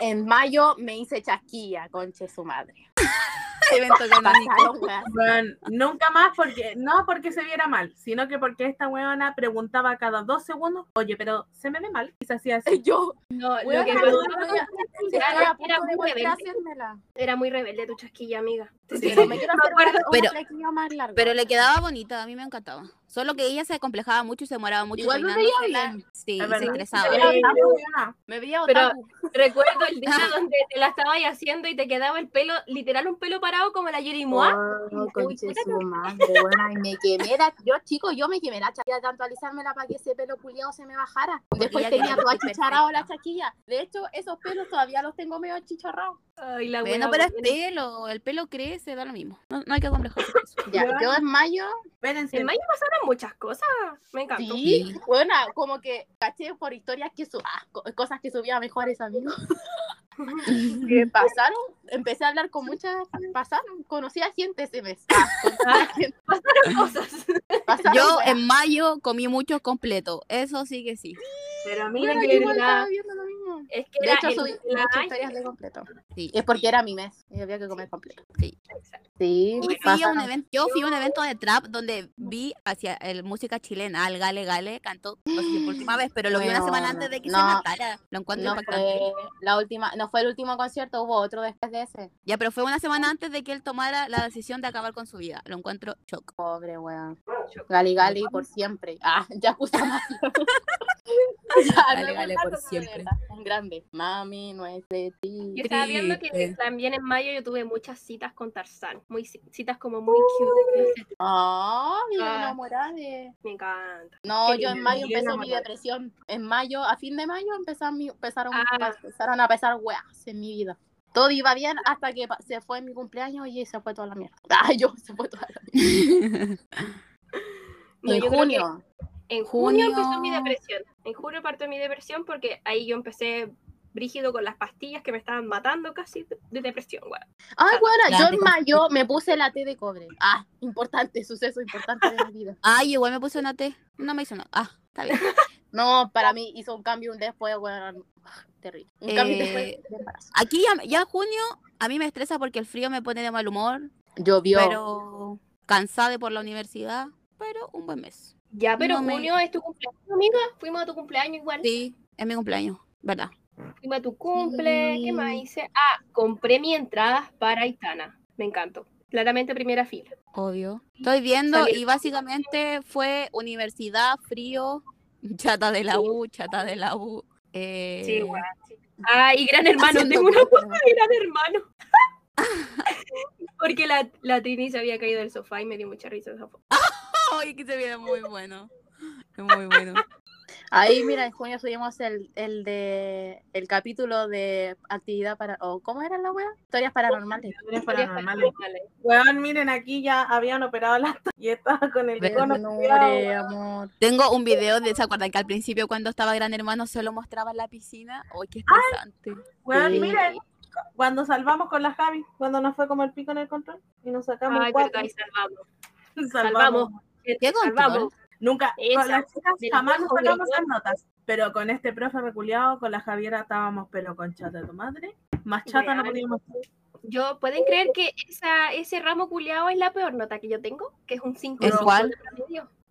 S2: en mayo me hice chasquilla, conche su madre.
S3: Evento canónico.
S2: Pasaron, weón.
S4: Weón, nunca más porque, no porque se viera mal, sino que porque esta weona preguntaba cada dos segundos, oye, pero se me ve mal, y se hacía
S2: *laughs*
S4: así.
S2: Yo.
S1: No, lo
S2: Weón,
S1: que
S2: la
S1: pasó
S2: weona no había-
S1: era-
S2: estaba a
S1: era
S2: punto de
S1: muy
S2: volver a
S1: rebelde.
S2: hacérmela.
S1: era muy rebelde tu chasquilla, amiga.
S4: Sí.
S2: Pero me quiero
S1: Me
S2: hacer
S1: acuerdo,
S2: un
S3: pero-
S2: flequillo más largo.
S3: Pero le quedaba bonita, a mí me encantaba. Solo que ella se complejaba mucho y se demoraba mucho.
S2: Igual me
S3: peinándosela.
S2: veía bien.
S3: Sí,
S4: Es
S3: y se
S4: verdad.
S3: ingresaba.
S4: Era tan buena.
S2: Me veía
S1: pero-
S2: otaku.
S1: Recuerdo el día donde te la estabas haciendo y te quedaba el pelo, literal un pelo parado como la Jerry Moa.
S2: Oh,
S1: Uy,
S2: conche
S1: puta,
S2: su madre, weona, y me quemé la- Yo, chico, yo me quemé la chaquilla tanto alisármela para que ese pelo culiado se me bajara. Después
S3: ya
S2: tenía
S3: quedó
S2: toda
S3: perfecta.
S2: achicharrado la chaquilla. De hecho, esos pelos todavía los tengo medio achicharrados.
S1: Ay, la
S3: Bueno,
S1: buena
S3: pero es
S1: buena.
S3: pelo, el pelo crece, da lo mismo. No, no hay que complejarse
S2: *laughs*
S3: por eso.
S2: Ya,
S4: Ya.
S2: yo en mayo,
S4: Espérense,
S1: En mayo pasaron muchas cosas. Me encantó.
S2: sí, bueno, como que caché por historias que su, ah, co- cosas que subía mejores amigos. *laughs* que pasaron, empecé a hablar con muchas, pasaron, conocí a gente ese *laughs* mes. Ah, conocí a gente,
S1: Pasaron cosas.
S2: pasaron,
S3: Yo
S2: weón.
S3: en mayo comí muchos completos. Eso sí que sí.
S1: Pero
S2: Weón,
S1: mira
S2: yo
S1: que
S2: igual
S1: era,
S2: estaba viendo lo mismo.
S1: es que
S2: De
S1: era
S2: hecho,
S1: el
S2: subí
S1: la-
S2: muchas historias de completo.
S3: sí.
S2: Es porque era mi mes y había que comer completo.
S3: Sí.
S2: Sí,
S3: Y fui a un evento, yo fui a un evento de trap donde vi hacia el música chilena, al Gale Gale, cantó no sé si por última vez, pero lo vi una semana
S2: Bueno,
S3: antes de que
S2: no.
S3: se matara. Lo encuentro
S2: No
S3: impactante.
S2: fue, la última, no fue el último concierto, hubo otro después de ese.
S3: Ya, pero fue una semana antes de que él tomara la decisión de acabar con su vida. Lo encuentro
S2: *laughs*
S3: shock.
S2: Pobre weón. Gali Gali por siempre. Ah, *laughs* ya
S3: *laughs*
S2: justo más. Ya,
S3: Gali
S2: no es
S3: Gali
S2: un
S3: por
S2: dato, pero de
S3: siempre.
S2: verdad, Un grande. Mami, no es de ti.
S1: Yo estaba viendo que
S3: Triste.
S1: también en mayo yo tuve muchas citas con Tarzán. Muy, ci- citas como muy cute.
S2: Oh, mi
S1: Ah.
S2: enamorada de-
S1: Me encanta.
S2: No,
S1: Qué
S2: yo en
S1: lindo,
S2: mayo
S4: yo
S2: empezó mi
S4: enamorada.
S2: depresión. En mayo, a fin de mayo empezaron, mi- empezaron,
S1: Ah.
S2: empezaron a pesar weas en mi vida. Todo iba bien hasta que pa- se fue mi cumpleaños y se fue toda la mierda. *laughs* Ay, yo se fue toda la mierda.
S1: No,
S2: en
S1: yo creo que
S2: junio.
S1: En junio empezó mi
S3: Junio.
S1: depresión. En junio partió mi depresión porque ahí yo empecé brígido con las pastillas que me estaban matando casi de- de depresión, weón.
S2: Ay, bueno, yo
S3: Grande
S2: en mayo me puse la T de cobre. Ah, importante, suceso importante de mi vida.
S3: Ay, igual me puse una T. No me hizo nada. Ah, está bien.
S2: No, para mí hizo un cambio un después, weón. ah, Terrible. Un cambio después
S3: Eh,
S2: de embarazo.
S3: Aquí ya, ya en junio a mí me estresa porque el frío me pone de mal humor,
S2: Llovió.
S3: pero cansada por la universidad, pero un buen mes.
S1: Ya,
S2: pues,
S1: pero
S3: No me-
S1: junio es tu cumpleaños, amiga. Fuimos a tu cumpleaños igual.
S3: Sí, es mi cumpleaños, ¿verdad?
S1: Fuimos a tu cumple. ¿Qué más
S2: Sí.
S1: hice? Ah, compré mi entrada para Aitana. Me encantó. Claramente primera fila.
S3: Obvio. Estoy viendo
S1: Salir.
S3: y básicamente fue universidad, frío, *laughs* chata de la U, chata de la U. eh,
S1: Sí, weón. sí. Ah, y gran hermano.
S3: haciendo
S1: Tengo una
S3: compras.
S1: foto de gran hermano. Porque la, la Trini se había caído del sofá y me dio mucha risa esa foto.
S3: Ay, que se viene muy bueno. Es muy bueno.
S2: Ahí, mira, en junio subimos el, el de el capítulo de actividad para. o ¿Cómo era la wea? Historias paranormales.
S4: historias
S1: Historias
S4: paranormales.
S1: paranormales.
S4: Weón, miren, aquí ya habían operado las *laughs* to- y estaba con el
S3: Ven,
S4: cono cuidado.
S2: Menores, amor.
S3: Tengo un video de, ¿se acuerdan que al principio cuando estaba Gran Hermano solo mostraba la piscina? Ay, qué estresante.
S4: Weón,
S2: Sí.
S4: miren, cuando salvamos con la Javi, cuando nos fue como el pico en el control y nos sacamos
S1: Ay,
S4: cuatro.
S1: verdad, y Ah, salvamos.
S4: *laughs* Salvamos.
S1: Gente,
S3: ¿Qué control?
S1: salvamos.
S4: Nunca,
S1: Esa,
S4: con las chicas
S1: del
S4: jamás nos
S1: rojo y el
S4: sacamos las notas. Pero con este profe reculeado, con la Javiera estábamos pelo con chata de tu madre. Más chata no
S1: Weón.
S4: podíamos estar.
S1: Yo, ¿pueden creer que esa, ese ramo culiao es la peor nota que yo tengo? Que es un 5.
S3: ¿Es cuál?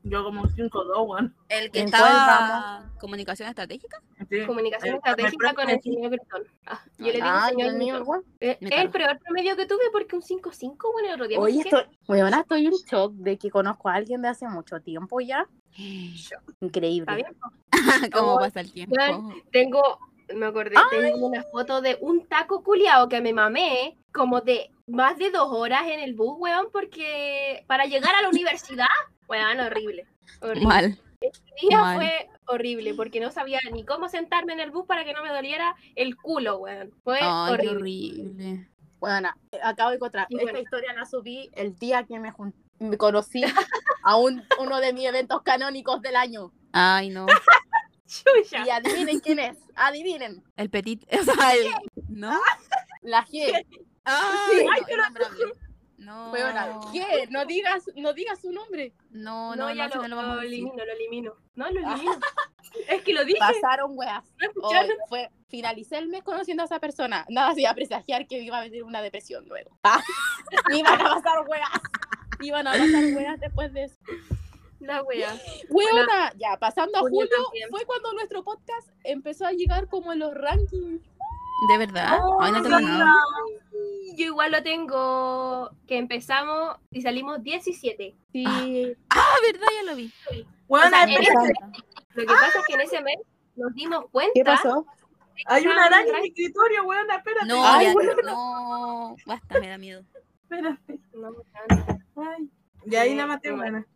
S4: Yo como un 5-2, weón.
S3: El que
S2: ¿En cuál
S3: estaba comunicación estratégica.
S4: Sí.
S1: Comunicación
S4: Eh,
S1: estratégica
S4: el
S1: con el señor Gritón. Ah, yo le digo
S2: Ay,
S1: señor
S2: Dios mío,
S1: Gritón.
S2: weón.
S1: Eh,
S3: Me
S1: Es el
S3: carga.
S1: peor promedio que tuve porque un 5-5, bueno, el otro día me
S2: Oye,
S1: fijé.
S2: estoy, weona, estoy en shock de que conozco a alguien de hace mucho tiempo ya.
S1: Está
S2: Increíble.
S1: bien.
S3: *laughs* ¿Cómo
S1: Ay,
S3: pasa el tiempo?
S1: Tengo, me acordé, tengo una foto de un taco culiao que me mamé como de más de dos horas en el bus, weón, porque para llegar a la universidad, weón, horrible. horrible.
S3: Mal.
S1: día
S3: Mal.
S1: fue horrible porque no sabía ni cómo sentarme en el bus para que no me doliera el culo, weón. Fue
S3: Ay, qué
S1: horrible.
S3: horrible.
S2: Bueno, acabo de encontrar.
S1: Y
S2: Esta
S1: bueno.
S2: historia la subí el día que me, jun- me conocí a un- uno de mis eventos canónicos del año.
S3: Ay, no.
S1: *laughs* Chucha.
S2: Y adivinen quién es. Adivinen.
S3: El petit. *laughs* O sea, el- ¿No?
S2: La G.
S3: Ay,
S2: no,
S3: no,
S2: el nombre hablé.
S3: no.
S2: Weona, ¿qué? No digas, no digas su nombre.
S3: No,
S1: no,
S3: no,
S1: ya
S3: no, eso
S1: lo,
S3: no lo vamos
S1: lo
S3: a decir. *laughs*
S1: elimino, lo elimino. No, lo elimino. Es que lo dije.
S2: Pasaron weas.
S1: ¿no
S2: Hoy
S1: escucharon?
S2: fue, finalicé el mes conociendo a esa persona. Nada hacía presagiar que me iba a venir una depresión luego. Ah, *laughs* iban a pasar weas. Iban a pasar weas después de eso.
S1: La wea.
S2: Weona, ya, pasando a
S1: Julio
S2: julio,
S1: también.
S2: fue cuando nuestro podcast empezó a llegar como en los rankings.
S3: ¿De verdad? Ah, Ay, no tengo nada.
S1: Yo igual lo tengo que empezamos y salimos 17.
S2: Sí.
S3: Ah, ¿verdad? Ya lo vi.
S1: O sea,
S4: Weona,
S1: en este
S4: espera,
S1: ese mes- lo que pasa es que en ese mes nos dimos cuenta.
S2: ¿Ah?
S5: ¿Qué pasó?
S4: hay una
S1: Estaba
S4: araña en
S1: atrás-
S4: mi escritorio, weona, espérate.
S3: No,
S4: Ay,
S3: ya,
S4: weona,
S3: no. Basta, me da miedo.
S4: espérate.
S1: No, no,
S4: Ay. Y ahí la maté,
S1: No, no.
S4: buena.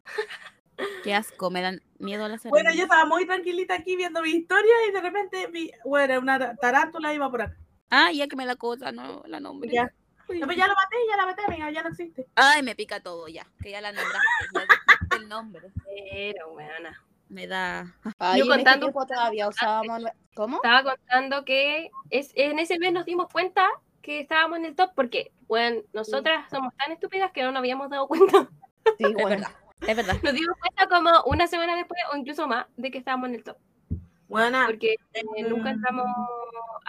S3: Qué asco, me dan miedo las
S4: Bueno,
S3: arañas.
S4: yo estaba muy tranquilita aquí viendo mi historia y de repente vi, bueno, una ta- tarántula iba por acá.
S3: Ah, ya que me la cosa, no la nombre.
S4: Ya. No, pues ya la maté, ya la maté, amiga, ya no existe.
S3: Ay, me pica todo ya, que ya la nombraste, ya dijiste el nombre.
S1: pero, weona.
S3: Me da...
S2: Ay,
S1: Yo
S2: en este
S1: contando-
S2: tiempo todavía usábamos. nue- ¿Cómo?
S1: estaba contando que es, en ese mes nos dimos cuenta que estábamos en el top porque, bueno, nosotras somos tan estúpidas que no nos habíamos dado cuenta. *laughs*
S2: Sí,
S3: Es
S2: bueno.
S3: verdad, es verdad.
S1: Nos dimos cuenta como una semana después o incluso más de que estábamos en el top
S4: Buena,
S1: porque eh, nunca
S3: Ah.
S4: Mm.
S1: entramos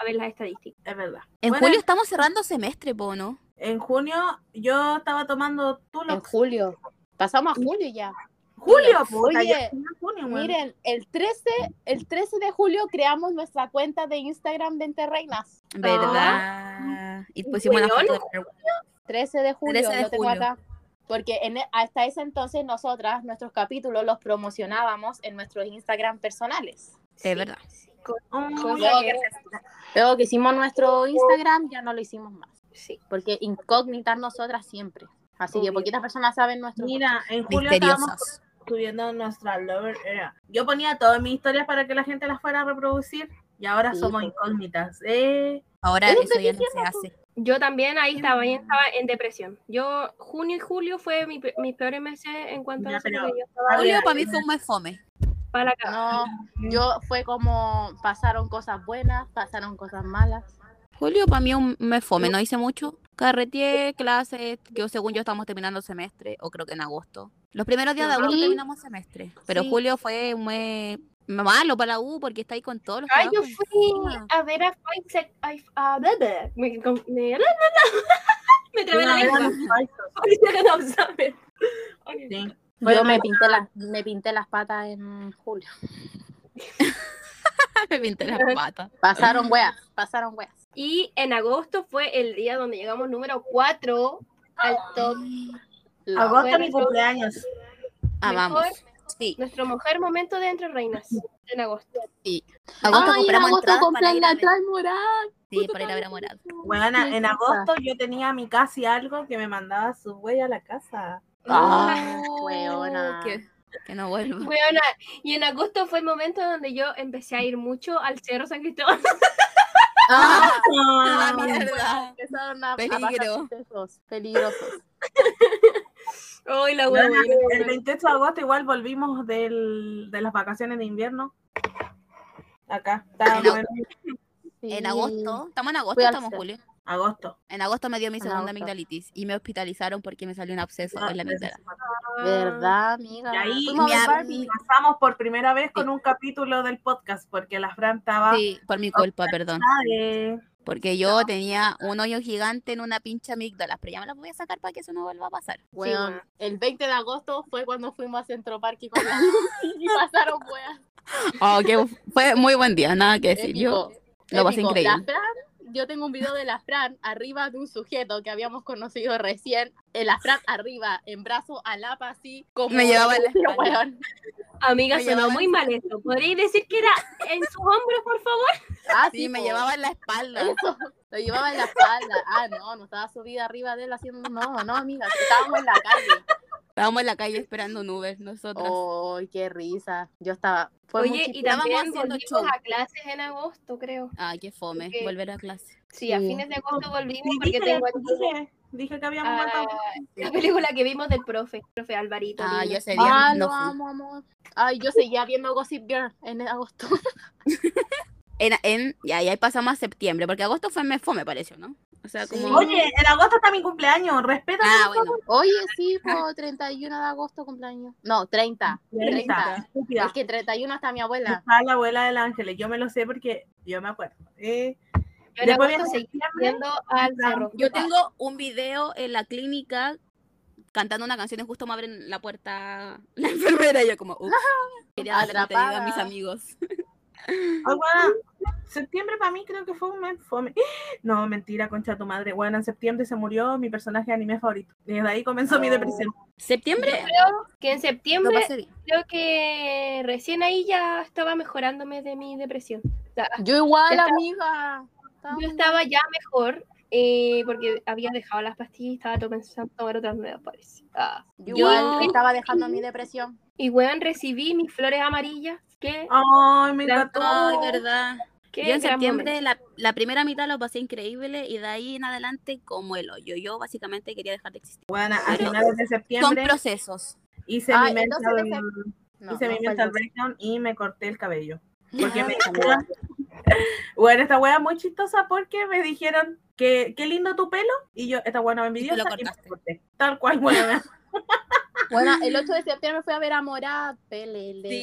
S1: a ver las estadísticas.
S4: es verdad.
S3: En
S4: Bueno,
S3: julio estamos cerrando semestre, po, ¿no?
S4: En junio yo estaba tomando
S2: En
S4: Tulox.
S2: julio. Pasamos a julio ya.
S4: Julio, puta,
S2: Oye,
S4: ya estoy en
S1: Ah,
S4: junio, weón.
S2: Miren, el 13, el 13 de julio creamos nuestra cuenta de Instagram de Entre Reinas.
S3: ¿Verdad? Ah, Y pusimos una
S1: Weón.
S3: foto de
S2: 13 de julio,
S3: 13 de
S2: lo tengo
S3: julio.
S2: acá. Porque en e- hasta ese entonces nosotras, nuestros capítulos los promocionábamos en nuestros Instagram personales.
S3: Es verdad.
S4: Ay,
S1: Cosa
S2: Luego
S1: que-
S2: Luego que hicimos nuestro Instagram, ya no lo hicimos más.
S1: sí.
S2: Porque incógnitas nosotras siempre. Así que
S1: Obvio.
S2: poquitas personas saben nuestro.
S4: Mira, en julio estábamos
S3: misteriosas.
S4: subiendo nuestra lover era. Yo ponía todas mis historias para que la gente las fuera a reproducir y ahora
S2: Sí,
S4: somos
S2: po.
S4: incógnitas. Eh,
S3: Ahora
S2: Eso
S3: eso
S2: estoy
S3: ya no se hace.
S1: Yo también ahí estaba, ahí estaba en depresión. Yo, junio y julio fue mi pe- mis peores meses en cuanto
S4: Ya,
S1: a eso,
S4: pero-
S1: porque yo estaba
S4: Julio,
S3: Julio para mí fue un mes fome.
S1: para la cagada.
S2: No, yo fue como pasaron cosas buenas, pasaron cosas malas.
S3: Julio para mí un mes fome, no hice mucho. Carreteé, clases, yo según yo estamos terminando semestre, o creo que en agosto. Los primeros días de agosto
S2: Sí.
S3: terminamos semestre, pero
S2: Sí.
S3: julio fue un mes malo para la U porque está ahí con todos los
S1: Ay, yo
S3: trabajos
S1: fui
S3: Ah, pues encima. *laughs*
S1: a ver a Fight a bla, bla. Me, con- me, bla, bla, bla. *laughs* Me trabé la
S4: una vez a
S1: lengua. *laughs*
S4: los falsos,
S1: Hicieron examen.
S4: sí.
S2: Yo me pinté, las, me pinté las patas en julio.
S3: Me pinté las patas.
S2: Pasaron weas, pasaron weas.
S1: Y en agosto fue el día donde llegamos número 4 al top.
S2: La-
S4: Agosto
S1: Bueno,
S4: mi
S1: yo-
S4: cumpleaños.
S3: Amamos. Ah, Sí.
S1: Nuestro mujer momento de Entre Reinas en agosto.
S3: Agosto
S2: Ay, en
S3: compramos
S2: agosto
S3: entradas para
S2: compran
S3: ir a
S2: la
S3: ver,
S2: trae moral.
S3: sí, para ir a ver a Morado.
S4: Bueno,
S2: Sí,
S4: en
S2: sí,
S4: agosto yo tenía a mi casi algo que me mandaba su güey a la casa.
S2: Ah,
S1: Oh,
S3: No,
S2: weona.
S3: Que, que no vuelva.
S1: Weona, y en agosto fue el momento donde yo empecé a ir mucho al Cerro San Cristóbal. *laughs*
S2: Ah,
S3: *laughs* Ah,
S2: no,
S3: mierda.
S2: weas, empezaron a- a
S3: Peligro.
S2: pasar sucesos peligrosos.
S1: Ay, la
S4: Bueno,
S1: weona.
S4: el 28 de agosto igual volvimos del- de las vacaciones de invierno. Acá, está
S3: En agosto.
S4: bueno,
S3: *laughs*
S2: Sí.
S3: En agosto, estamos en agosto,
S2: Fui al
S3: estamos en
S2: sur.
S3: julio.
S4: agosto.
S3: En agosto me dio mi
S2: En
S3: segunda
S2: agosto. Ah,
S3: amigdalitis y me hospitalizaron porque me salió un absceso en la amígdala.
S2: ¿Verdad, amiga?
S4: Ah, Y ahí
S2: Ah, Fuimos a
S3: mi
S2: ver
S3: am-
S2: Barbie.
S4: pasamos por primera vez con un capítulo del podcast porque la
S2: Ah.
S4: Fran estaba
S3: Sí, por mi culpa, perdón.
S4: Sabe.
S3: Porque yo tenía un hoyo gigante en una pinche amígdala, pero ya me la voy a sacar para que eso no vuelva a pasar.
S2: Weón,
S1: weón.
S2: el 20 de agosto fue cuando fuimos a Centro Parque con la luz *laughs* y pasaron weas.
S3: Oh, que fue muy buen día, nada que decir. Yo
S2: Épico,
S3: lo pasé
S2: épico. La
S3: increíble.
S2: Fran, yo tengo un video de la Fran arriba de un sujeto que habíamos conocido recién. eh, La Fran arriba, en brazo a lapa, así como.
S3: Me llevaba
S2: *laughs*
S3: en la
S2: Pero,
S3: espalda.
S2: weón,
S1: Amiga,
S3: Me
S1: sonó
S3: llevaban-
S1: muy mal esto. ¿Podríais decir que era en sus hombros, por favor?
S2: ah,
S3: Sí, me
S2: po,
S3: llevaba en la espalda.
S2: eso, Lo llevaba en la espalda. Ah, no, no estaba subida arriba de él haciendo. No, no, amiga, estábamos en la calle.
S3: Estábamos en la calle esperando un Uber nosotros.
S2: ¡Ay, qué risa! Yo estaba. Fue muy
S1: Oye, y
S2: chistoso.
S3: Estábamos
S1: también
S3: haciendo
S1: volvimos
S3: show.
S1: a clases en agosto, creo.
S3: Ah, qué fome,
S1: Ok.
S3: volver a clase.
S1: Sí, a
S2: Sí.
S1: fines de agosto volvimos
S4: Sí,
S1: porque
S4: dije,
S1: tengo aquí
S4: dije, dije que habíamos mandado.
S1: ah, la película que vimos del profe, profe Alvarito.
S3: Ah,
S1: lindo.
S3: yo ese día
S2: Ah,
S3: no
S2: lo
S3: fui.
S2: amo, amor. Ay, yo seguía viendo Gossip Girl en agosto.
S3: En, en, y ahí pasamos a septiembre, porque agosto fue mes fome, pareció, ¿no? O sea, como...
S2: Sí.
S4: Oye, en agosto está mi cumpleaños, respeta.
S3: Ah, bueno.
S2: *laughs* Oye, sí,
S3: *laughs*
S2: po, 31 de agosto cumpleaños. No, 30.
S4: 30,
S2: 30.
S4: estúpida.
S2: Es que 31 está
S3: *laughs*
S2: mi abuela.
S4: Está la abuela del Ángeles, yo me lo sé porque yo me acuerdo. Eh,
S1: Yo en
S4: después
S1: agosto
S4: viene
S1: seguí
S4: septiembre,
S1: yendo al cerro.
S3: Yo tengo un video en la clínica cantando una canción y justo me abren la puerta *laughs* la enfermera y yo como, *laughs* uff, quería darle
S2: Atrapada.
S3: contenido a mis amigos.
S4: Ay, weona, septiembre para mí creo que fue un mes fome. *gasps* No, mentira, concha de tu madre. Bueno, en septiembre se murió mi personaje de anime favorito. Desde ahí comenzó mi
S1: Oh.
S4: depresión.
S1: Yo
S3: Septiembre
S1: creo que en
S3: lo
S1: septiembre
S3: pasé bien.
S1: creo que recién ahí ya estaba mejorándome de mi depresión. O sea,
S2: Yo igual,
S1: Yo estaba-
S2: amiga.
S1: yo estaba ya mejor eh, porque había dejado las pastillas y estaba to- pensando en tomar otras nuevas, parece. Ah.
S2: Yo
S3: Yo-
S2: igual estaba dejando mi depresión.
S1: Y weón, recibí mis flores amarillas. que
S4: Ay, me
S1: Claro.
S4: encantó.
S3: Ay, verdad.
S1: qué
S3: yo en
S1: gran
S3: septiembre
S1: momento.
S3: la, la primera mitad lo pasé increíble y de ahí en adelante como el hoyo. Yo básicamente quería dejar de existir.
S4: Bueno, a
S3: Pero
S4: finales de
S3: Son
S4: septiembre
S3: procesos.
S4: hice
S2: Ah,
S4: mi mental,
S2: entonces No,
S4: hice
S2: no
S4: mi
S2: fue el
S4: mental
S2: 12.
S4: breakdown y me corté el cabello. Porque
S3: *laughs*
S2: Ah,
S4: me
S2: esa
S4: dijeron- *laughs* Bueno, esta wea es muy chistosa porque me dijeron que qué lindo tu pelo y yo, esta wea no me
S3: Y te lo
S4: envidiosa y me lo
S3: cortaste.
S4: corté. Tal cual, *laughs* wea.
S2: Bueno,
S3: *laughs*
S2: el 8 de septiembre fui a ver a Morá, Pelele. ¿Tú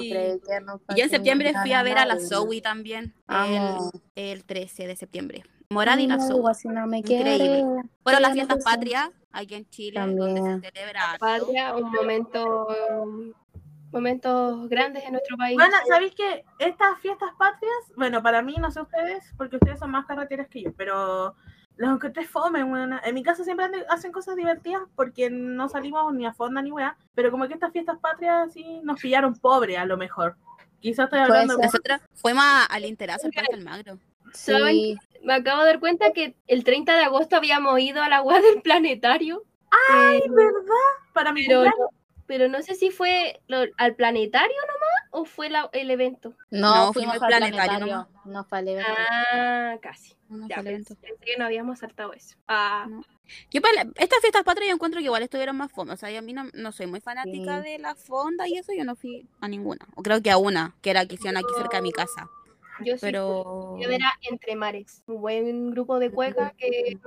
S3: Sí.
S2: crees que no
S3: Y yo en
S2: pasé
S3: septiembre
S2: nada
S3: fui a ver a la
S2: malo?
S3: Zoe también.
S2: Amo.
S3: El, el 13 de septiembre. Moradi y la
S2: No,
S3: Zoe.
S2: si no me
S3: Increíble.
S2: quiere.
S3: Fueron las
S2: no
S3: fiestas
S2: sé.
S3: patrias aquí en Chile,
S2: También.
S3: donde se celebra. harto.
S1: Patria, un momento, um, momentos grandes en nuestro país.
S4: Bueno, ¿sabéis que estas fiestas patrias, bueno, para mí, no sé ustedes, porque ustedes son más carreteras que yo, pero los encontré fome, weona. En mi casa siempre hacen- hacen cosas divertidas porque no salimos ni a fonda ni weá, pero como que estas fiestas patrias sí nos pillaron pobre a lo mejor. Quizás estoy
S2: Puede
S4: hablando
S2: ser.
S3: Nosotras fuimos a- al Interazo, al Parque Almagro.
S1: ¿Saben? Me acabo de dar cuenta que el 30 de agosto habíamos ido a la web del planetario. ¡Ay,
S4: ¿verdad? Para mi
S1: pero,
S4: cumpleaños.
S1: no, pero no sé si fue lo- al planetario nomás o fue la- el evento.
S2: No,
S3: No,
S2: fuimos
S3: fuimos
S2: al
S3: planetario
S2: planetario. No fue al evento.
S1: Ah, casi. Ya,
S3: Ya,
S1: pensé, pensé que no habíamos saltado eso. Ah,
S3: No. Yo para la- estas fiestas patrias yo encuentro que igual estuvieron más fondas. O sea, yo a mí no, no soy muy fanática
S2: Sí.
S3: de la fonda y eso, yo no fui a ninguna. O creo que a una, que era que hicieron aquí cerca de mi casa.
S1: yo sí
S3: Pero.
S1: fui. Yo era Entre Mares, un buen grupo de cueca que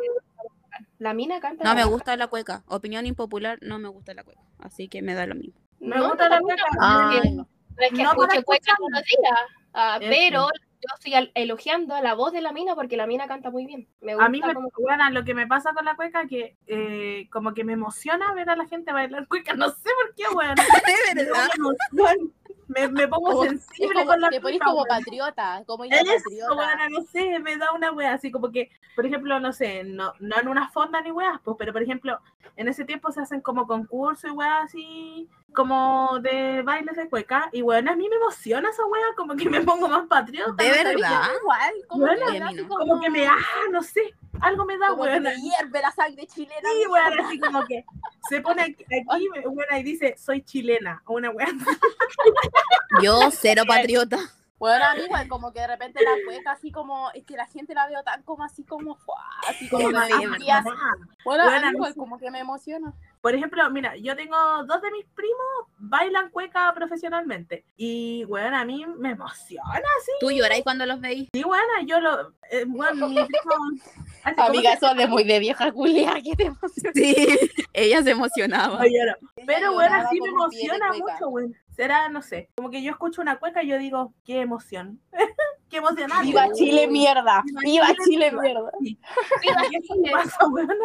S1: la mina canta.
S3: No
S1: la
S3: me
S1: wea.
S3: gusta la cueca. Opinión impopular, no me gusta la cueca. Así que me da
S1: *laughs*
S3: lo mismo.
S4: Me
S1: No,
S4: gusta la
S1: no,
S4: cueca.
S1: porque-
S2: Ay, no.
S1: Ah. No es que
S4: No para
S1: escuche cueca
S4: escucharla.
S1: todos los días, ah,
S4: Eso.
S1: pero yo estoy al- elogiando a la voz de la mina porque la mina canta muy bien. Me gusta
S4: A mí
S1: *laughs*
S4: me,
S1: como-
S4: bueno, lo que me pasa con la cueca que eh, como que me emociona ver a la gente bailar cueca, no sé por qué, weón. Me da una emoción. Me, me pongo
S2: Como-
S4: sensible
S2: Es como-
S4: con la
S2: te ponís
S4: cueca.
S2: como
S4: weón.
S2: patriota, como hija
S4: Eso,
S2: patriota.
S4: weona, no sé, me da una wea así como que, por ejemplo, no sé, no, no en una fonda ni weas, pues, pero por ejemplo, en ese tiempo se hacen como concursos y weas así, como de bailes de cueca, y bueno, a mí me emociona esa wea, como que me pongo más patriota,
S3: De
S4: no sé,
S3: verdad.
S2: Igual, como
S4: Bueno,
S2: que,
S3: a mí
S2: así
S3: no.
S4: como, que me, ah, no sé, algo me da
S2: como que
S4: weona.
S2: me hierve la sangre chilena.
S4: Sí, weón, así como que se pone aquí, aquí weona, y dice, soy chilena, o una wea.
S3: Yo, cero patriota.
S2: Bueno, a mí igual, como que de repente la cueca, así como, es que la gente la veo tan como así como, ¡fua! así
S4: *laughs*
S2: como que me
S3: Sí, es
S4: ah,
S2: desvía.
S3: verdad.
S2: Bueno, a
S4: Bueno,
S2: mí igual,
S4: sí.
S2: como que me emociona.
S4: Por ejemplo, mira, yo tengo dos de mis primos bailan cueca profesionalmente. Y, weón, a mí me emociona, sí.
S3: Tú lloráis cuando los veis.
S4: Y, weón, yo lo... eh, weón,
S2: *laughs*
S4: mi primo- así como
S2: Amiga,
S4: que-
S2: eso de
S4: *laughs*
S2: muy de vieja culia, que te emociona.
S3: *laughs* Sí, ella se emocionaba.
S4: no lloro. Pero, weón,
S2: lloraba
S4: así me
S2: como un pie de
S4: emociona
S2: cueca.
S4: mucho, weón. Será, no sé, como que yo escucho una cueca y yo digo, qué emoción. *laughs* qué emocionante.
S2: ¡Viva Chile, mierda!
S4: Viva
S2: ¡Viva
S4: Chile,
S2: Chile, mierda!
S4: Y eso me pasa, weona.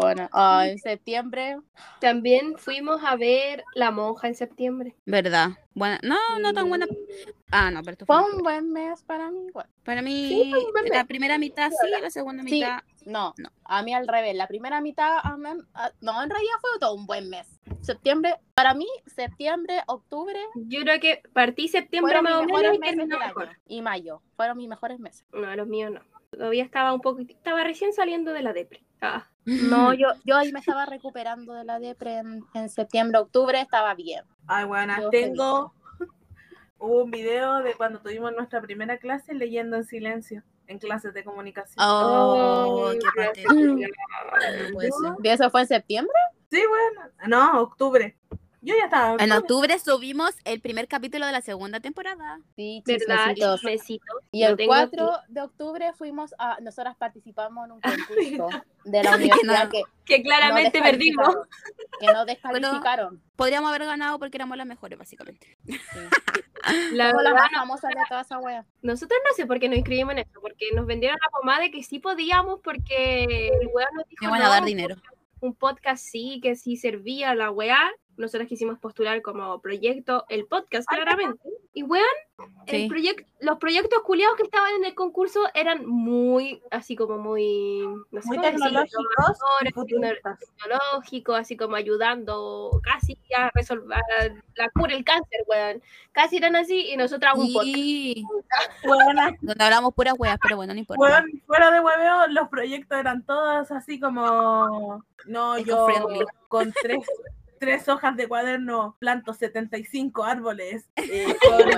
S2: Bueno, ah, en septiembre,
S1: También fuimos a ver La Monja en septiembre.
S3: ¿Verdad? Buena- no, no tan buena. Ah, no, pero esto fue.
S2: fue un buen mes para mí igual.
S3: Para mí,
S1: Sí, fue un buen
S3: la
S1: mes.
S3: primera mitad sí, la segunda
S2: Sí.
S3: mitad.
S2: No,
S3: No.
S2: a mí al revés. La primera mitad, ah, a mí- a- no, en realidad fue todo un buen mes. Septiembre, para mí, septiembre, octubre
S1: Yo creo que partí septiembre
S2: fueron
S1: más
S2: mis
S1: o menos
S2: mejores
S1: y
S2: meses
S1: terminé
S2: del
S1: mejor.
S2: año. Y mayo, fueron mis mejores meses.
S1: No, los míos no. Todavía estaba un poco, estaba recién saliendo de la depre. Ah,
S2: No, yo, yo ahí me *laughs* estaba recuperando de la depre en, en septiembre, octubre, estaba bien.
S4: Ay, buena,
S2: Yo
S4: tengo *laughs* un video de cuando tuvimos nuestra primera clase leyendo en silencio, en clases de comunicación.
S3: *laughs* Oh,
S1: Ay,
S3: qué
S1: gracias.
S3: patético. No puede ser.
S2: pues, ¿Y eso fue en septiembre?
S4: Sí, bueno, no, octubre. Yo ya estaba.
S3: En octubre subimos el primer capítulo de la segunda temporada.
S2: Sí,
S1: ¿Verdad?
S2: chismecitos.
S1: Chismecito.
S2: Y
S1: Lo
S2: el
S1: tengo
S2: 4 de octubre fuimos a, nosotras participamos en *laughs* un concurso de *laughs* la universidad
S3: no.
S2: que
S1: aquí, Que claramente
S2: no
S1: perdimos.
S2: descalificaron, Que no descalificaron.
S3: Podríamos haber ganado porque éramos las mejores, básicamente.
S1: La
S2: Somos
S1: verdad,
S2: las más famosas de toda esa wea.
S1: nosotros no sé por qué nos inscribimos en eso, porque nos vendieron la pomada de que sí podíamos, porque el weón nos dijo
S3: Me van a dar
S1: Ah, "No,
S3: dinero.
S1: un podcast sí, que sí servía la weá. Nosotros quisimos postular como proyecto el podcast, claramente. Y weón, el
S3: Sí.
S1: proyec- los proyectos culiados que estaban en el concurso eran muy, así como muy, no sé
S4: Muy
S1: cómo
S4: tecnológicos y
S1: innovadores, tecno-
S4: futuristas.
S1: tecnológico, así como ayudando casi a resolver la cura, el cáncer, weón. Casi eran así y nosotras un podcast. *laughs*
S3: Y...
S4: Buenas
S3: Donde hablamos puras weas, pero bueno, no importa.
S4: Weón, fuera de hueveo, los proyectos eran todos así como. No, yo
S3: Eco-friendly.
S4: con tres, *laughs* tres hojas de cuaderno planto 75 árboles.
S2: *laughs*
S4: eh, con, unos-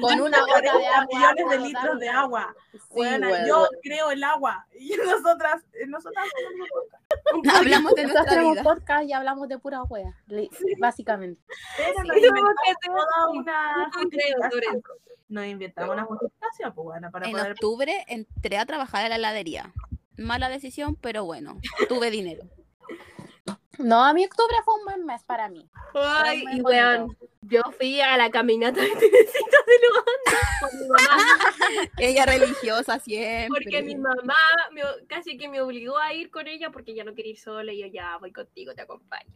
S2: Con una gota de
S4: 40
S2: agua.
S4: millones de
S2: puedo
S4: litros
S2: dar
S4: de
S2: una-
S4: agua.
S2: Sí,
S4: Weona,
S2: weón.
S4: yo creo el agua. *laughs* Y nosotras, eh, nosotras somos-
S3: *laughs* Hablamos de
S2: Nosotros
S3: nuestra
S2: tenemos un
S3: vida.
S2: podcast y hablamos de pura wea, li- básicamente.
S4: pero nos
S1: Y tuvimos
S4: inventamos
S1: que hacer
S4: toda
S1: un
S4: una
S1: puto video sobre
S4: justificación.
S1: eso.
S4: Nos inventamos una justificación, pues bueno, para
S3: En
S4: poder.
S3: octubre entré a trabajar a la heladería. Mala decisión, pero bueno, tuve dinero. *laughs*
S2: No, a mí octubre fue un buen mes para mí.
S1: Ay,
S2: muy
S1: y
S2: bonito.
S1: weón, yo fui a la caminata de *laughs* Teresita de Luanda con mi mamá,
S3: Ella religiosa *laughs* siempre.
S1: porque mi mamá me o- casi que me obligó a ir con ella porque ya no quería ir sola y yo ya voy contigo, te
S3: *laughs*
S1: acompaño.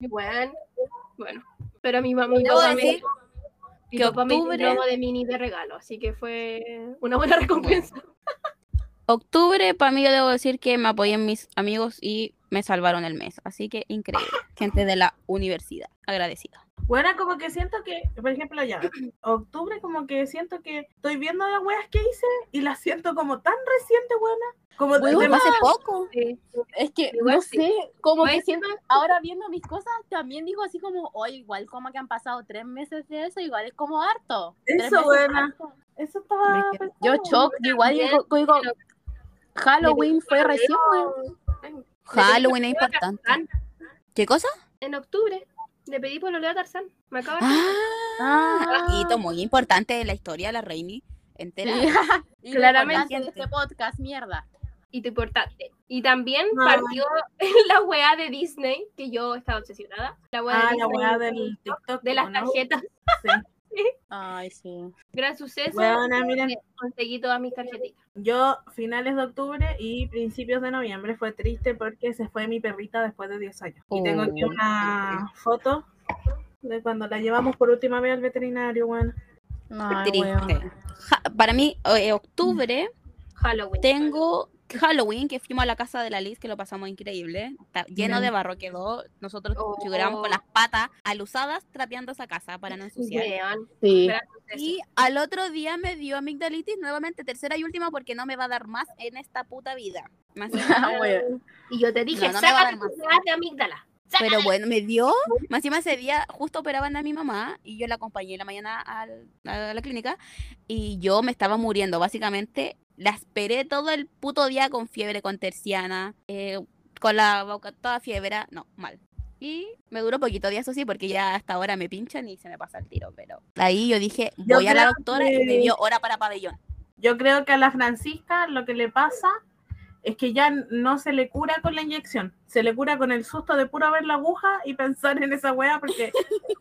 S1: Y weón, bueno, pero mi mamá, mi
S3: Debo
S1: papá me
S3: decir
S1: dio- mi
S3: que
S1: papá me dio un
S3: octubre-
S1: globo de mini de regalo, así que fue una
S3: *laughs*
S1: buena recompensa.
S3: Octubre, para mí, yo debo decir que me apoyé en mis amigos y me salvaron el mes. Así que increíble. Gente de la universidad, agradecida.
S4: Bueno, como que siento que, por ejemplo, ya, octubre, como que siento que estoy viendo las weas que hice y las siento como tan recientes, buena. Como
S2: Weona,
S4: de-
S3: Fue hace poco.
S1: Sí.
S2: Es que
S1: Igual
S2: no
S1: sí.
S2: sé, como
S1: Fue
S2: que siento, ahora viendo mis cosas, también digo así como, oye, igual como que han pasado tres meses de eso, igual es como harto. Tres
S4: Eso,
S2: meses
S4: buena.
S2: harto.
S4: Eso estaba.
S3: Hombre,
S2: Yo
S4: pensando,
S2: shock,
S4: weona.
S2: igual
S1: también,
S2: digo, digo,
S1: pero-
S2: Halloween fue recién, weón.
S3: Halloween es importante. ¿Qué cosa?
S1: En octubre le pedí por a Tarzán. Me acabo de...
S3: Ah, hito muy importante de la historia de la reina entera.
S2: *laughs*
S3: *laughs*
S2: Y lo
S1: Claramente.
S2: importante de este podcast, mierda.
S1: y tu importante. Y también
S4: No.
S1: partió *laughs* la weá de Disney, que yo estaba obsesionada. La weá
S4: Ah,
S1: de,
S4: la
S1: Disney,
S4: wea del TikTok. pues,
S1: de las
S4: ¿no?
S1: tarjetas.
S4: Sí.
S2: Ay, sí.
S1: Gran suceso.
S4: Weona, miren,
S1: Conseguí todas mis tarjetitas.
S4: yo finales de octubre y principios de noviembre fue triste porque se fue mi perrita después de 10 años. Y tengo aquí
S3: Oh.
S4: una foto de cuando la llevamos por última vez al veterinario, bueno.
S2: Ay,
S3: Triste.
S2: weón.
S3: Ja- para mí, eh, octubre,
S1: Halloween.
S3: tengo Halloween, que fuimos a la casa de la Liz, que lo pasamos increíble. Está lleno de barro quedó. Nosotros
S1: Oh.
S3: figuramos con las patas alusadas trapeando esa casa para no ensuciar.
S1: Weón,
S2: Sí.
S1: gran suceso.
S3: Y al otro día me dio amigdalitis nuevamente, tercera y última, porque no me va a dar más en esta puta vida. Más *laughs* encima-
S2: Ah, weón.
S1: Y yo te dije,
S3: No, no me va a
S1: sácate
S3: dar más.
S1: tus weas de amígdala.
S3: Pero bueno, me dio. Más encima ese día justo operaban a mi mamá y yo la acompañé en la mañana al- a la clínica y yo me estaba muriendo. Básicamente la esperé todo el puto día con fiebre, con terciana, eh, con la boca toda fiebre. No, mal. Y me duró poquito días, eso sí, porque ya hasta ahora me pinchan y se me pasa el tiro. Pero ahí yo dije,
S4: Yo
S3: voy a la
S4: creo
S3: doctora y me
S4: que-
S3: dio hora para pabellón.
S4: Yo creo que a la Francisca lo que le pasa es que ya no se le cura con la inyección, se le cura con el susto de puro ver la aguja y pensar en esa wea porque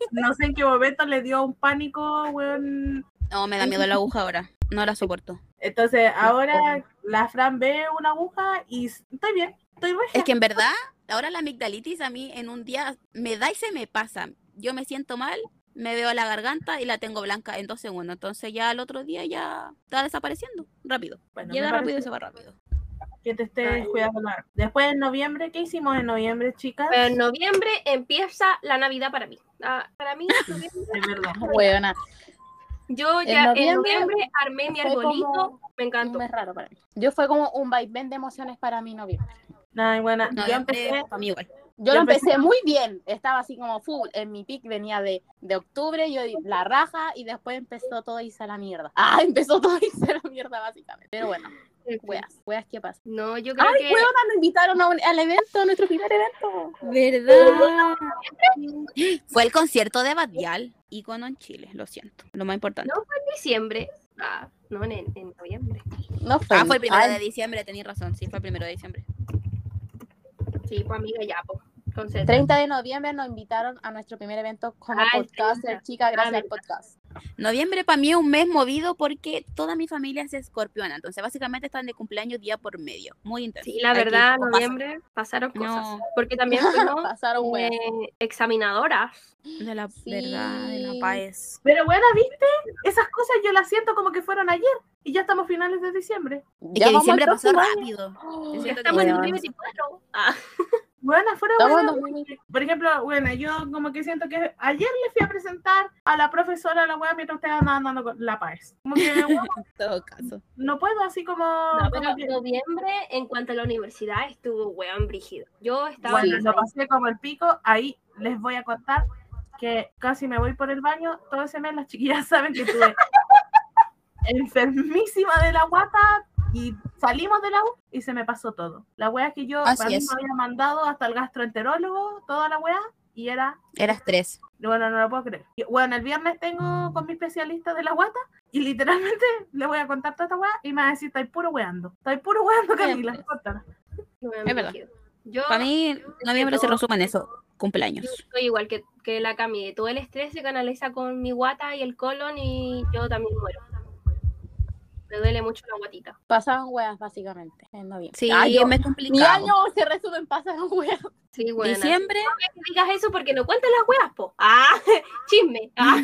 S4: no sé en qué momento le dio un pánico, weón.
S3: No, me da miedo la aguja ahora. No la soporto.
S4: Entonces ahora la Fran ve una aguja y s- estoy bien, estoy regia.
S3: Es que en verdad, ahora la amigdalitis a mí en un día me da y se me pasa. Yo me siento mal, me veo la garganta y la tengo blanca en dos segundos. Entonces ya al otro día ya está desapareciendo rápido.
S4: Bueno, me
S3: Llega rápido y
S4: parece
S3: se va rápido.
S4: que te
S1: Ay.
S4: estés cuidando. la- Después en noviembre, ¿qué hicimos en noviembre, chicas?
S1: Pero en noviembre empieza la Navidad para mí. Ah, para mí, noviembre-
S4: Es verdad.
S2: Weona.
S1: yo
S2: En
S1: ya en
S2: noviembre
S1: noviembre armé mi
S2: fue como
S1: arbolito. Me encantó.
S2: Un mes raro para mí. Yo fue como un vaivén de emociones para mí noviembre.
S4: Nada, y bueno, yo
S3: Noviembre,
S4: empecé
S3: para mí igual.
S2: Yo lo empecé muy bien, estaba así como full. En mi pick venía de, de octubre, yo di la raja y después empezó todo a irse a la mierda. *laughs* Ah, empezó todo a irse a la mierda, básicamente. Pero bueno, weas, weas, ¿qué pasa?
S1: No, yo creo
S2: ¡Ay,
S1: que.
S2: huevona! Nos invitaron a un- al evento, a nuestro primer evento.
S3: ¿Verdad? *gasps* Fue el concierto de Badial, ícono en Chile, lo siento. Lo más importante.
S1: No, fue en diciembre. Ah, no, en, en noviembre.
S2: No fue.
S3: Ah, fue el primero
S2: Ay,
S3: de diciembre, tenías razón. Sí, fue el primero de diciembre.
S1: Sí, pues amiga, ya, pues. Concéntrate.
S2: 30 de noviembre nos invitaron a nuestro primer evento como
S1: Ah, el
S2: podcaster,
S1: 30.
S2: chica, gracias
S1: Ah,
S2: al podcast.
S3: Noviembre para mí es un mes movido porque toda mi familia es escorpiona, entonces básicamente están de cumpleaños día por medio. Muy intenso.
S1: Sí, la
S3: Aquí,
S1: verdad,
S3: no
S1: noviembre pasaron cosas.
S3: No.
S1: Porque *laughs*
S2: *laughs*
S1: también fuimos
S2: Pasaron weas.
S1: eh, examinadoras.
S3: pasa. De la
S2: Sí.
S3: verdad, de la PAES.
S4: Pero bueno, ¿viste? Esas cosas yo las siento como que fueron ayer y ya estamos finales de diciembre.
S3: Y
S2: Ya
S3: que
S2: vamos
S3: diciembre
S2: al
S3: pasó
S2: próximo año.
S3: rápido.
S2: Oh,
S3: Yo
S1: Ya
S3: siento
S1: estamos
S3: que
S1: en
S2: Weón.
S1: 2024. Ah,
S4: Bueno, fuera
S2: Estamos en
S4: bueno.
S2: 2020.
S4: Por ejemplo, bueno, yo como que siento que ayer le fui a presentar a la profesora a la wea mientras ustedes andaban andando con la paz. Como que bueno,
S3: en todo caso.
S4: no puedo así como.
S1: no,
S4: como
S1: pero
S4: que-
S1: noviembre, en cuanto a la universidad, estuvo weón brígido. Yo estaba.
S4: Bueno,
S1: en
S4: lo pasé como el pico. Ahí les voy a contar que casi me voy por el baño. Todo ese mes las chiquillas *laughs* saben que estuve enfermísima de la guata y salimos del agua y se me pasó todo. La wea que yo
S3: Así
S4: para mí
S3: es.
S4: me había mandado hasta el gastroenterólogo, toda la wea, y era
S3: Eras tres.
S4: Bueno, no lo puedo creer. Y, Bueno, el viernes tengo con mi especialista de la guata y literalmente *laughs* le voy a contar toda esta guata y me va a decir, estáis puro weando. Estáis puro weando, Camila. córtala".
S1: noviembre
S3: es verdad.
S1: brígido. Yo,
S3: Para mí,
S1: yo-
S3: noviembre se
S1: yo-
S3: resume en eso, cumpleaños.
S1: Yo soy igual que, que la Cami, todo el estrés se canaliza con mi guata y el colon y yo también muero. Me duele mucho la guatita.
S2: Pasaron weas, básicamente, en noviembre.
S3: Sí,
S2: Ay, yo-
S3: me
S2: Mi
S3: complicado.
S2: año se resume en pasaron weas.
S1: Sí, bueno.
S3: Diciembre,
S1: No me digas eso porque no cuentas las weas, po. Ah, *laughs*
S3: *laughs*
S1: chisme. Ah.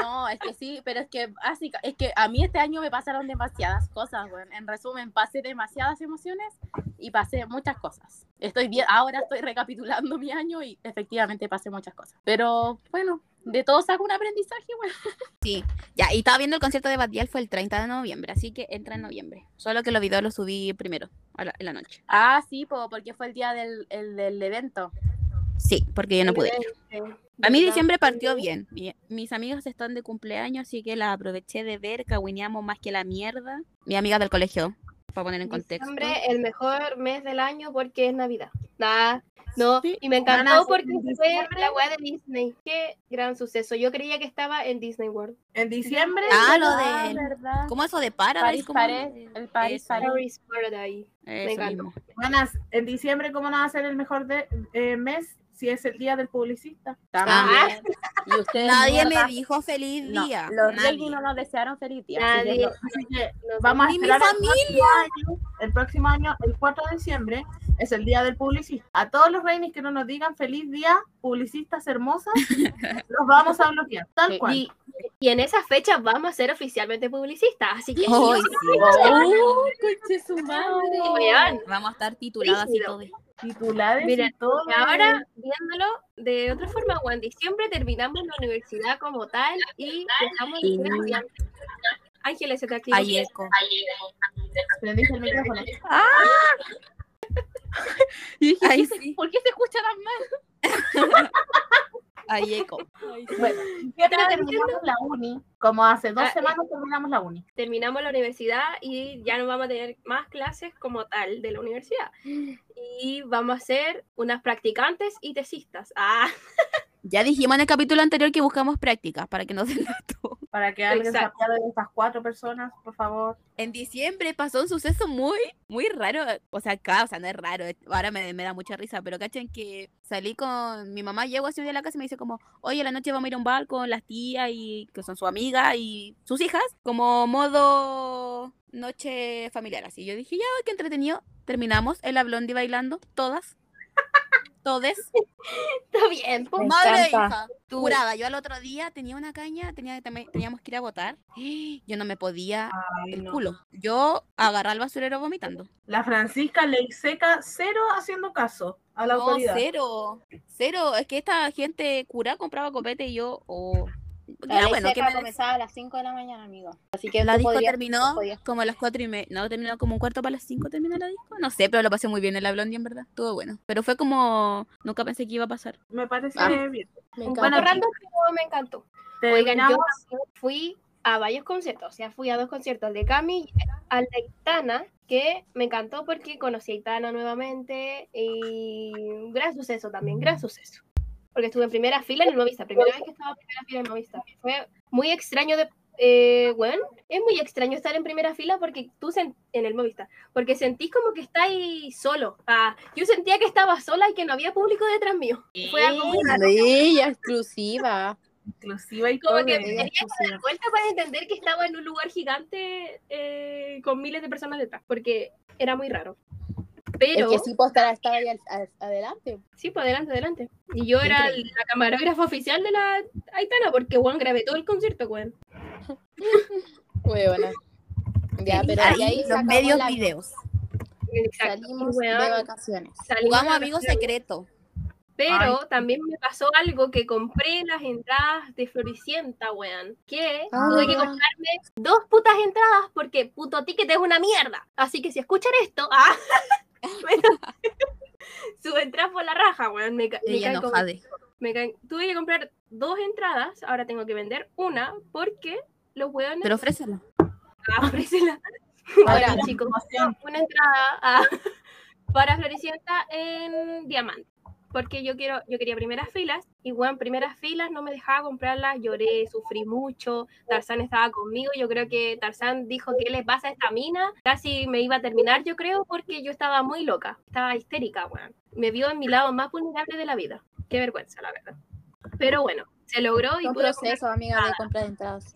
S2: No, es que sí, pero es que básica, es que a mí este año me pasaron demasiadas cosas, weón. En resumen, pasé demasiadas emociones y pasé muchas cosas. Estoy bien, ahora estoy recapitulando mi año y efectivamente pasé muchas cosas. Pero bueno, de todo saco un aprendizaje, weón.
S3: sí. Ya, y estaba viendo el concierto de Badial, fue el 30 de noviembre, así que entra en noviembre. Solo que los videos los subí primero, a la- en la noche.
S2: Ah, sí, po, porque fue el día del, el del evento.
S3: Sí, porque
S1: Ah.
S3: yo no pude ir. A mí
S1: ¿Verdad?
S3: diciembre partió bien. Mi- mis amigas están de cumpleaños, así que la aproveché de ver, cagüineamos más que la mierda. Mi amiga del colegio, para poner en contexto.
S1: Diciembre, el mejor mes del año porque es Navidad. Nada. No,
S3: Sí.
S1: y me
S4: Van a
S1: encantó
S4: hacer
S1: porque
S4: en
S1: fue
S4: diciembre.
S1: la wea de Disney. Qué gran suceso. Yo creía que estaba en Disney World.
S4: En diciembre.
S3: Ah, lo
S2: Ah,
S3: del-
S2: ¿verdad?
S3: ¿Cómo eso de Paradise?
S2: Paris,
S3: ¿Cómo?
S2: Paris, el Paris,
S3: Eso.
S2: Paris.
S1: Paris Paradise.
S3: Eso
S1: encantó.
S3: mismo.
S4: Buenas, en diciembre, ¿cómo no va a ser el mejor de- eh, mes si es el día del publicista?
S2: También. Y ustedes,
S3: Nadie me
S2: mierda,
S3: dijo feliz
S2: no,
S3: día.
S2: los
S3: nadie.
S2: Reggie no nos desearon feliz día. así que
S1: Nadie.
S2: no.
S4: Así que
S1: No sé.
S4: vamos a
S3: Y mi
S4: esperar el
S3: familia.
S4: próximo, año, el próximo año, el 4 de diciembre, es el día del publicista. A todos los reinis que no nos digan feliz día, publicistas
S1: *laughs*
S4: hermosas, los vamos a bloquear, tal
S2: Sí.
S4: cual.
S1: Y, y en esa fecha vamos a ser oficialmente publicistas, así que
S3: Ay,
S1: sí,
S3: sí.
S2: ¡Oh, coche su madre!
S1: weón.
S3: Vamos a estar tituladas y
S1: Rígido.
S3: todo.
S4: titulares
S1: Mira,
S4: y todo.
S1: y ahora viéndolo de otra forma, weón, en diciembre terminamos la universidad como tal y dejamos de ser
S2: Sí.
S1: estudiantes. Ángeles, se te activó.
S3: Hay eco.
S4: Prendiste el
S1: *laughs*
S4: micrófono.
S3: Ay,
S2: ¿Por qué se escucha tan mal?
S3: Hay eco.
S4: Bueno, siempre
S1: Estaba
S4: terminamos
S1: diciendo-
S4: la uni, como hace dos
S1: Ah, eh.
S4: semanas terminamos la uni.
S1: Terminamos la universidad y ya no vamos a tener más clases como tal de la
S2: *gasps*
S1: universidad. Y vamos a ser unas practicantes y tesistas. Ah, *laughs*
S3: Ya dijimos en el capítulo anterior que buscamos prácticas para que no den datos.
S4: Para que alguien se
S1: Exacto.
S4: apiade de estas cuatro personas, por favor.
S3: En diciembre pasó un suceso muy, muy raro. O sea, acá, o sea, no es raro. es- Ahora me, me da mucha risa, pero cachen que salí con mi mamá, llego así un día a la casa y me dice como, oye, en la noche vamos a ir a un bar con las tías y que son su amiga y sus hijas, como modo noche familiar. Así yo dije, ya, qué entretenido. Terminamos en la blondie bailando, todas. Todes.
S1: está bien, po.
S2: Me
S3: Madre e hija.
S2: encanta.
S3: Curada. Yo al otro día tenía una caña, tenía, teme- teníamos que ir a votar. *gasps* Yo no me podía
S4: Ay,
S3: el
S4: no.
S3: culo. Yo agarré al basurero vomitando.
S4: La Francisca le seca cero haciendo caso a la
S3: No,
S4: autoridad.
S3: cero. Cero. Es que esta gente curada compraba copete y yo, oh, Porque
S2: La
S3: era
S2: ley
S3: bueno, que
S2: seca
S3: me la-
S2: comenzaba a las 5 de la mañana, amigo. Así que
S3: la
S2: tú
S3: disco
S2: podrías-
S3: terminó
S2: tú podías-
S3: como a las cuatro y media. No, terminó como un cuarto para las cinco, terminó la disco. No sé, pero lo pasé muy bien en la Blondie, en verdad. Estuvo bueno. Pero fue como. Nunca pensé que iba a pasar.
S4: Me parece
S2: Vamos.
S4: bien.
S2: Me
S1: Un
S2: encanta.
S1: poco random, pero me encantó. Oigan, yo
S4: Terminamos.
S1: fui a varios conciertos, o sea, fui a dos conciertos, al de Cami y al de Aitana, que me encantó porque conocí a Aitana nuevamente y un gran suceso también, gran suceso. Porque estuve en primera fila en el Movista, primera vez que estaba en primera fila en el Movista. Fue muy extraño de... Eh, bueno, es muy extraño estar en primera fila porque tú sen- en el Movista, porque sentís como que estáis solo. Ah, yo sentía que estaba sola y que no había público detrás mío. Fue algo muy raro.
S2: Ella exclusiva.
S4: Inclusiva y
S1: Como
S4: todo.
S1: que
S2: Ella
S1: tenía que
S2: exclusiva.
S1: vuelta para entender que estaba en un lugar gigante eh, con miles de personas detrás, porque era muy raro.
S2: Es
S1: Pero,
S2: que sí, pues estaba estaba ahí al- al- adelante.
S1: sí, pues adelante, adelante. Y yo era la camarógrafa oficial de la Aitana, porque Juan grabé todo el concierto, weón.
S2: Huevona. Ya, pero
S3: ahí,
S2: de ahí
S3: los
S2: sacamos
S3: medios
S2: la-
S3: videos.
S1: Exacto.
S2: salimos
S1: y weón,
S2: de vacaciones.
S1: salimos
S3: Jugamos
S1: de
S3: amigos
S1: vacaciones.
S3: secreto.
S1: Pero
S4: Ay.
S1: también me pasó algo que compré las entradas de Floricienta, weón. Que
S2: Ah.
S1: tuve que comprarme dos putas entradas porque puto ticket es una mierda. Así que si escuchan esto, ah, *laughs* su entrada por la raja, weón. Me, ca- me
S3: Ella
S1: cae como-
S3: enojada.
S1: me cae- tuve que comprar dos entradas, ahora tengo que vender una porque los weones
S3: Pero ofrécelo.
S1: *laughs* Ah, ofrécela.
S2: Ahora,
S1: Bueno, chicos, una entrada a- para Floricienta en Diamante. Porque yo quiero, yo quería primeras filas, y bueno, primeras filas no me dejaba comprarlas, lloré, sufrí mucho, Tarzán estaba conmigo, yo creo que Tarzán dijo qué le pasa a esta mina, casi me iba a terminar, yo creo, porque yo estaba muy loca, estaba histérica, weón. Me vio en mi lado más vulnerable de la vida. Qué vergüenza, la verdad. Pero bueno, se logró y
S2: Son
S1: pude comprar
S2: procesos, amiga, de compra de entradas.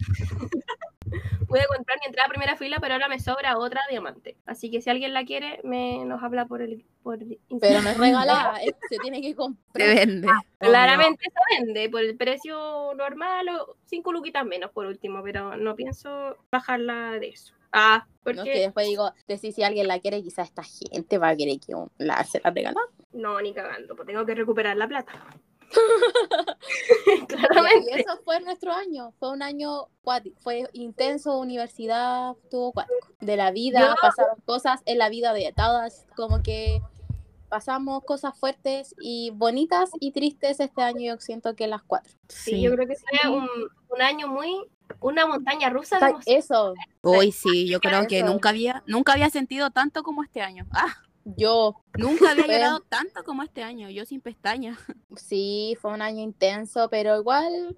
S1: pude comprar mi entrada a primera fila, pero ahora me sobra otra diamante. Así que si alguien la quiere, me nos habla por el por Instagram.
S2: Pero no es regalada, *laughs* es- se tiene que comprar.
S3: Se vende.
S2: ah,
S1: Claramente se vende por el precio normal o cinco luquitas menos por último, pero no pienso bajarla de eso. Ah,
S2: No es que
S1: porque
S2: después digo, decir si alguien la quiere, quizás esta gente va a querer que un- la, se la regala.
S1: no, ni cagando, pues tengo que recuperar la
S2: *laughs*
S1: plata.
S2: Y
S1: Claramente.
S2: eso fue nuestro año, fue un año cuático, fue intenso, universidad, tuvo cuático. De la vida,
S1: Yo-
S2: pasaron cosas en la vida de todas, como que pasamos cosas fuertes y bonitas y tristes este año, yo siento que las cuatro.
S1: Sí, yo creo que fue un, un año muy una montaña rusa de
S2: Ta-
S1: emociones.
S2: Eso,
S3: Hoy sí, yo creo que
S2: Eso.
S3: nunca había, nunca había sentido tanto como este año. Ah,
S2: yo,
S3: nunca había
S2: Fue-
S3: llorado tanto como este año. Yo sin pestañas.
S2: sí, fue un año intenso, pero igual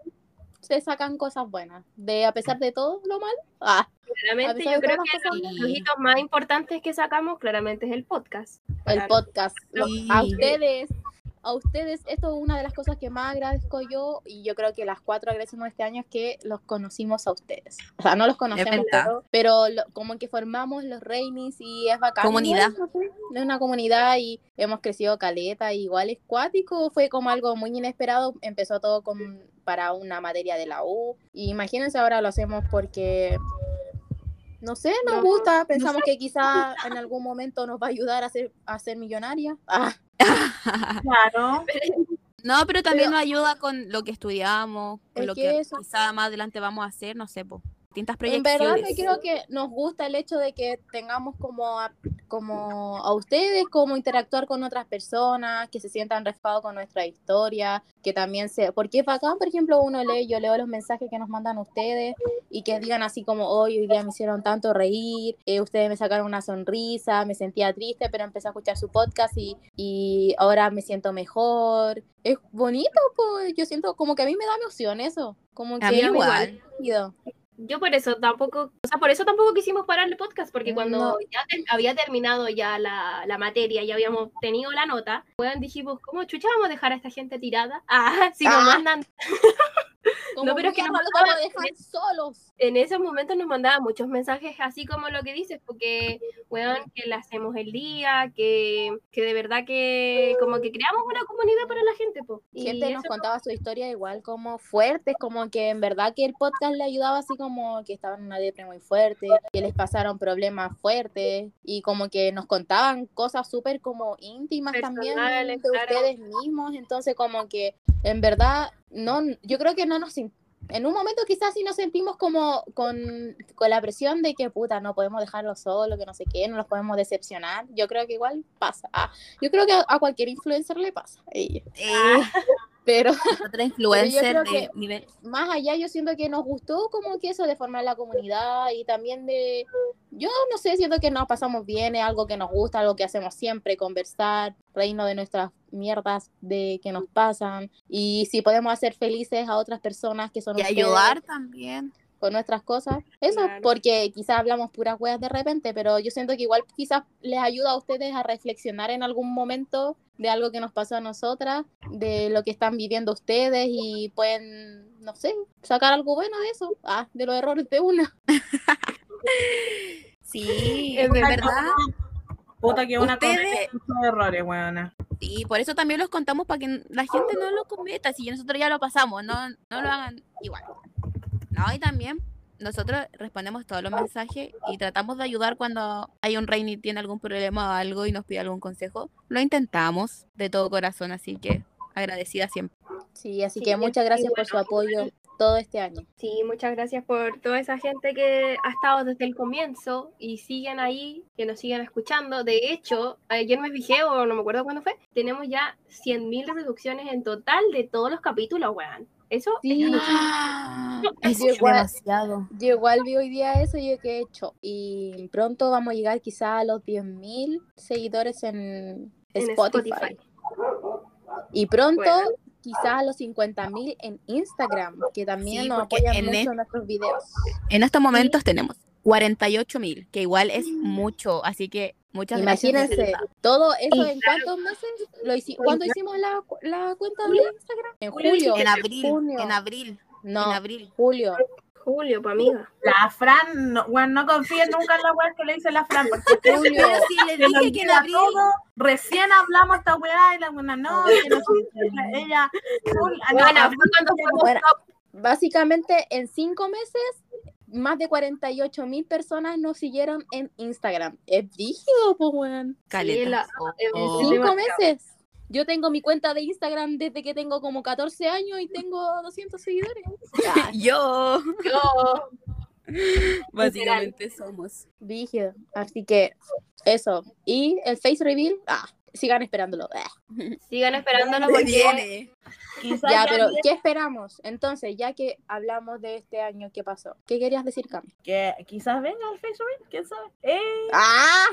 S2: se sacan cosas buenas. De a pesar de todo lo malo, ah, A
S1: Claramente,
S2: pesar
S1: yo
S2: de
S1: creo
S2: todas las
S1: que
S2: cosas
S1: los,
S3: buenas.
S1: los hitos más importantes que sacamos claramente es el podcast.
S2: el
S1: Claro.
S2: podcast. lo- a
S3: Sí.
S2: ustedes, a ustedes, esto es una de las cosas que más agradezco yo y yo creo que las cuatro agradecemos este año es que los conocimos a ustedes. O sea, no los conocemos,
S3: verdad.
S2: pero, pero lo- como que formamos los Reinis y es bacán.
S3: Comunidad.
S2: Igual, no sé, Es una comunidad y hemos crecido caleta, y igual es cuático, fue como algo muy inesperado, empezó todo con, para una materia de la U y imagínense ahora lo hacemos porque... No sé, nos
S1: No,
S2: gusta, pensamos que quizá en algún momento nos va a ayudar a ser, a ser millonaria. Ah.
S4: Claro.
S3: *laughs* No, pero también
S2: Pero-
S3: nos ayuda con lo que estudiamos, con
S2: Es
S3: lo
S2: que
S3: que,
S2: eso-
S3: quizá más adelante vamos a hacer, no sé, po, distintas
S2: En verdad,
S3: proyecciones.
S2: yo creo que nos gusta el hecho de que tengamos como a, como a ustedes, como interactuar con otras personas, que se sientan respetados con nuestra historia, que también se... Porque acá, por ejemplo, uno lee, yo leo los mensajes que nos mandan ustedes y que digan así como, hoy, hoy día me hicieron tanto reír, eh, ustedes me sacaron una sonrisa, me sentía triste, pero empecé a escuchar su podcast y, y ahora me siento mejor. Es bonito, pues, yo siento como que a mí me da emoción eso. Como que
S3: A mí
S2: es
S3: igual.
S2: divertido.
S1: Yo por eso tampoco, o sea, por eso tampoco quisimos parar el podcast, porque cuando
S2: Mm, No.
S1: ya ter- había terminado ya la, la materia y habíamos tenido la nota, weón, dijimos, ¿cómo chucha vamos a dejar a esta gente tirada? *laughs* Ah, si nos
S2: Ah.
S1: mandan,
S2: Como
S1: No, pero es que
S2: mierda,
S1: nos
S2: los
S1: mandaban
S2: vamos a dejar solos.
S1: en esos momentos nos mandaban muchos mensajes así como lo que dices, porque, weón, que la hacemos el día, que, que de verdad que como que creamos una comunidad para la gente, po. Y
S2: Gente nos
S1: eso-
S2: contaba su historia igual como fuertes, como que en verdad que el podcast le ayudaba así como que estaban en una depre muy fuerte, que les pasaron problemas fuertes y como que nos contaban cosas súper como íntimas también
S1: Personales,
S2: de
S1: claro.
S2: ustedes mismos, entonces como que en verdad no yo creo que no nos sin- en un momento quizás si nos sentimos como con, con la presión de que puta, no podemos dejarlos solos, que no sé qué, no los podemos decepcionar, yo creo que igual pasa. Ah, yo creo que a, a, cualquier influencer le pasa. Ey. Ah. Pero,
S3: *laughs* otra influencer
S2: pero de nivel. Más allá yo siento que nos gustó como que eso de formar la comunidad y también de, yo no sé, siento que nos pasamos bien, es algo que nos gusta, algo que hacemos siempre, conversar, reino de nuestras mierdas de que nos pasan y si podemos hacer felices a otras personas que son
S3: y ustedes, ayudar también
S2: con nuestras cosas eso claro. porque quizás hablamos puras weas de repente pero yo siento que igual quizás les ayuda a ustedes a reflexionar en algún momento de algo que nos pasó a nosotras de lo que están viviendo ustedes y pueden no sé sacar algo bueno de eso ah, de los errores de *laughs* una
S3: sí es de verdad
S4: Puta que una ¿Ustedes? cosa de errores, weona.
S3: Sí, por eso también los contamos para que la gente no lo cometa. Si nosotros ya lo pasamos, no, no lo hagan igual. No, y también nosotros respondemos todos los mensajes y tratamos de ayudar cuando hay un rey y tiene algún problema o algo y nos pide algún consejo. Lo intentamos de todo corazón, así que agradecida siempre.
S2: Sí, así sí, que muchas gracias bueno, por su apoyo todo este año.
S1: Sí, muchas gracias por toda esa gente que ha estado desde el comienzo y siguen ahí, que nos siguen escuchando. De hecho, ayer me fijé, o no me acuerdo cuándo fue, tenemos ya 100.000 reproducciones en total de todos los capítulos, weón. Eso
S2: sí. es, no, Ah, es yo igual, demasiado. Yo igual vi hoy día eso y yo que he hecho. Y pronto vamos a llegar quizá a los 10.000 seguidores en, en Spotify. Spotify. Y pronto bueno quizás a los 50.000 en Instagram, que también sí, nos apoyan en mucho en nuestros videos.
S3: En estos momentos sí. tenemos 48.000, que igual es mucho, así que muchas
S2: Imagínense, gracias. todo eso en cuántos meses lo hicimos, ¿cuándo hicimos la, la cuenta de Instagram?
S3: En julio, en abril, junio. en abril.
S2: No,
S3: en abril.
S2: julio.
S1: Julio, pa' amiga.
S4: La Fran, no, bueno, no confíen nunca en la weá que le dice la Fran,
S2: *laughs*
S4: porque Julio,
S3: Pero si le dije que en abril... Todo,
S4: recién hablamos esta weá y la buena no, que no ella... ah,
S2: Bueno, bueno, bueno, básicamente en cinco meses más de 48 mil personas nos siguieron en Instagram. Es brígido, pues, weón.
S3: Caleta. *laughs* Sí, oh,
S1: Eh,
S2: oh. En cinco meses. Yo tengo mi cuenta de Instagram desde que tengo como 14 años y tengo 200 seguidores.
S3: ah. yo.
S2: Yo.
S3: Básicamente Literal. somos.
S2: Vígido. Así que eso. Y el face reveal, ah, sigan esperándolo. Eh.
S1: Sigan esperándolo porque viene.
S2: Quizás ya, pero ¿qué esperamos? Entonces, ya que hablamos de este año, ¿qué pasó? ¿Qué querías decir, Cam?
S4: Que quizás venga el face reveal, quién sabe. ¡Eh!
S2: Ah,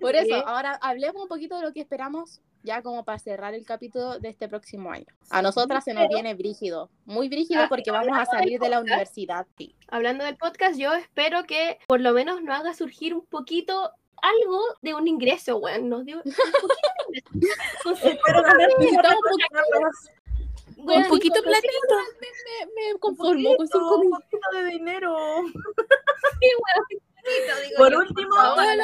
S2: por eso, ¿Qué? ahora hablemos un poquito de lo que esperamos ya como para cerrar el capítulo de este próximo año. A nosotras se nos viene brígido, muy brígido ah, porque vamos a salir *laughs* podcast, de la universidad. Sí.
S1: Hablando del podcast, yo espero que por lo menos nos haga surgir un poquito algo de un ingreso, weón. Nos dio un poquito de
S2: *laughs*
S1: ingreso. espero
S4: que
S3: un poquito de platito.
S2: Me, me conformo con cinco
S4: Un poquito de dinero.
S1: sí, weón. Poquito, digo
S4: por yo, último,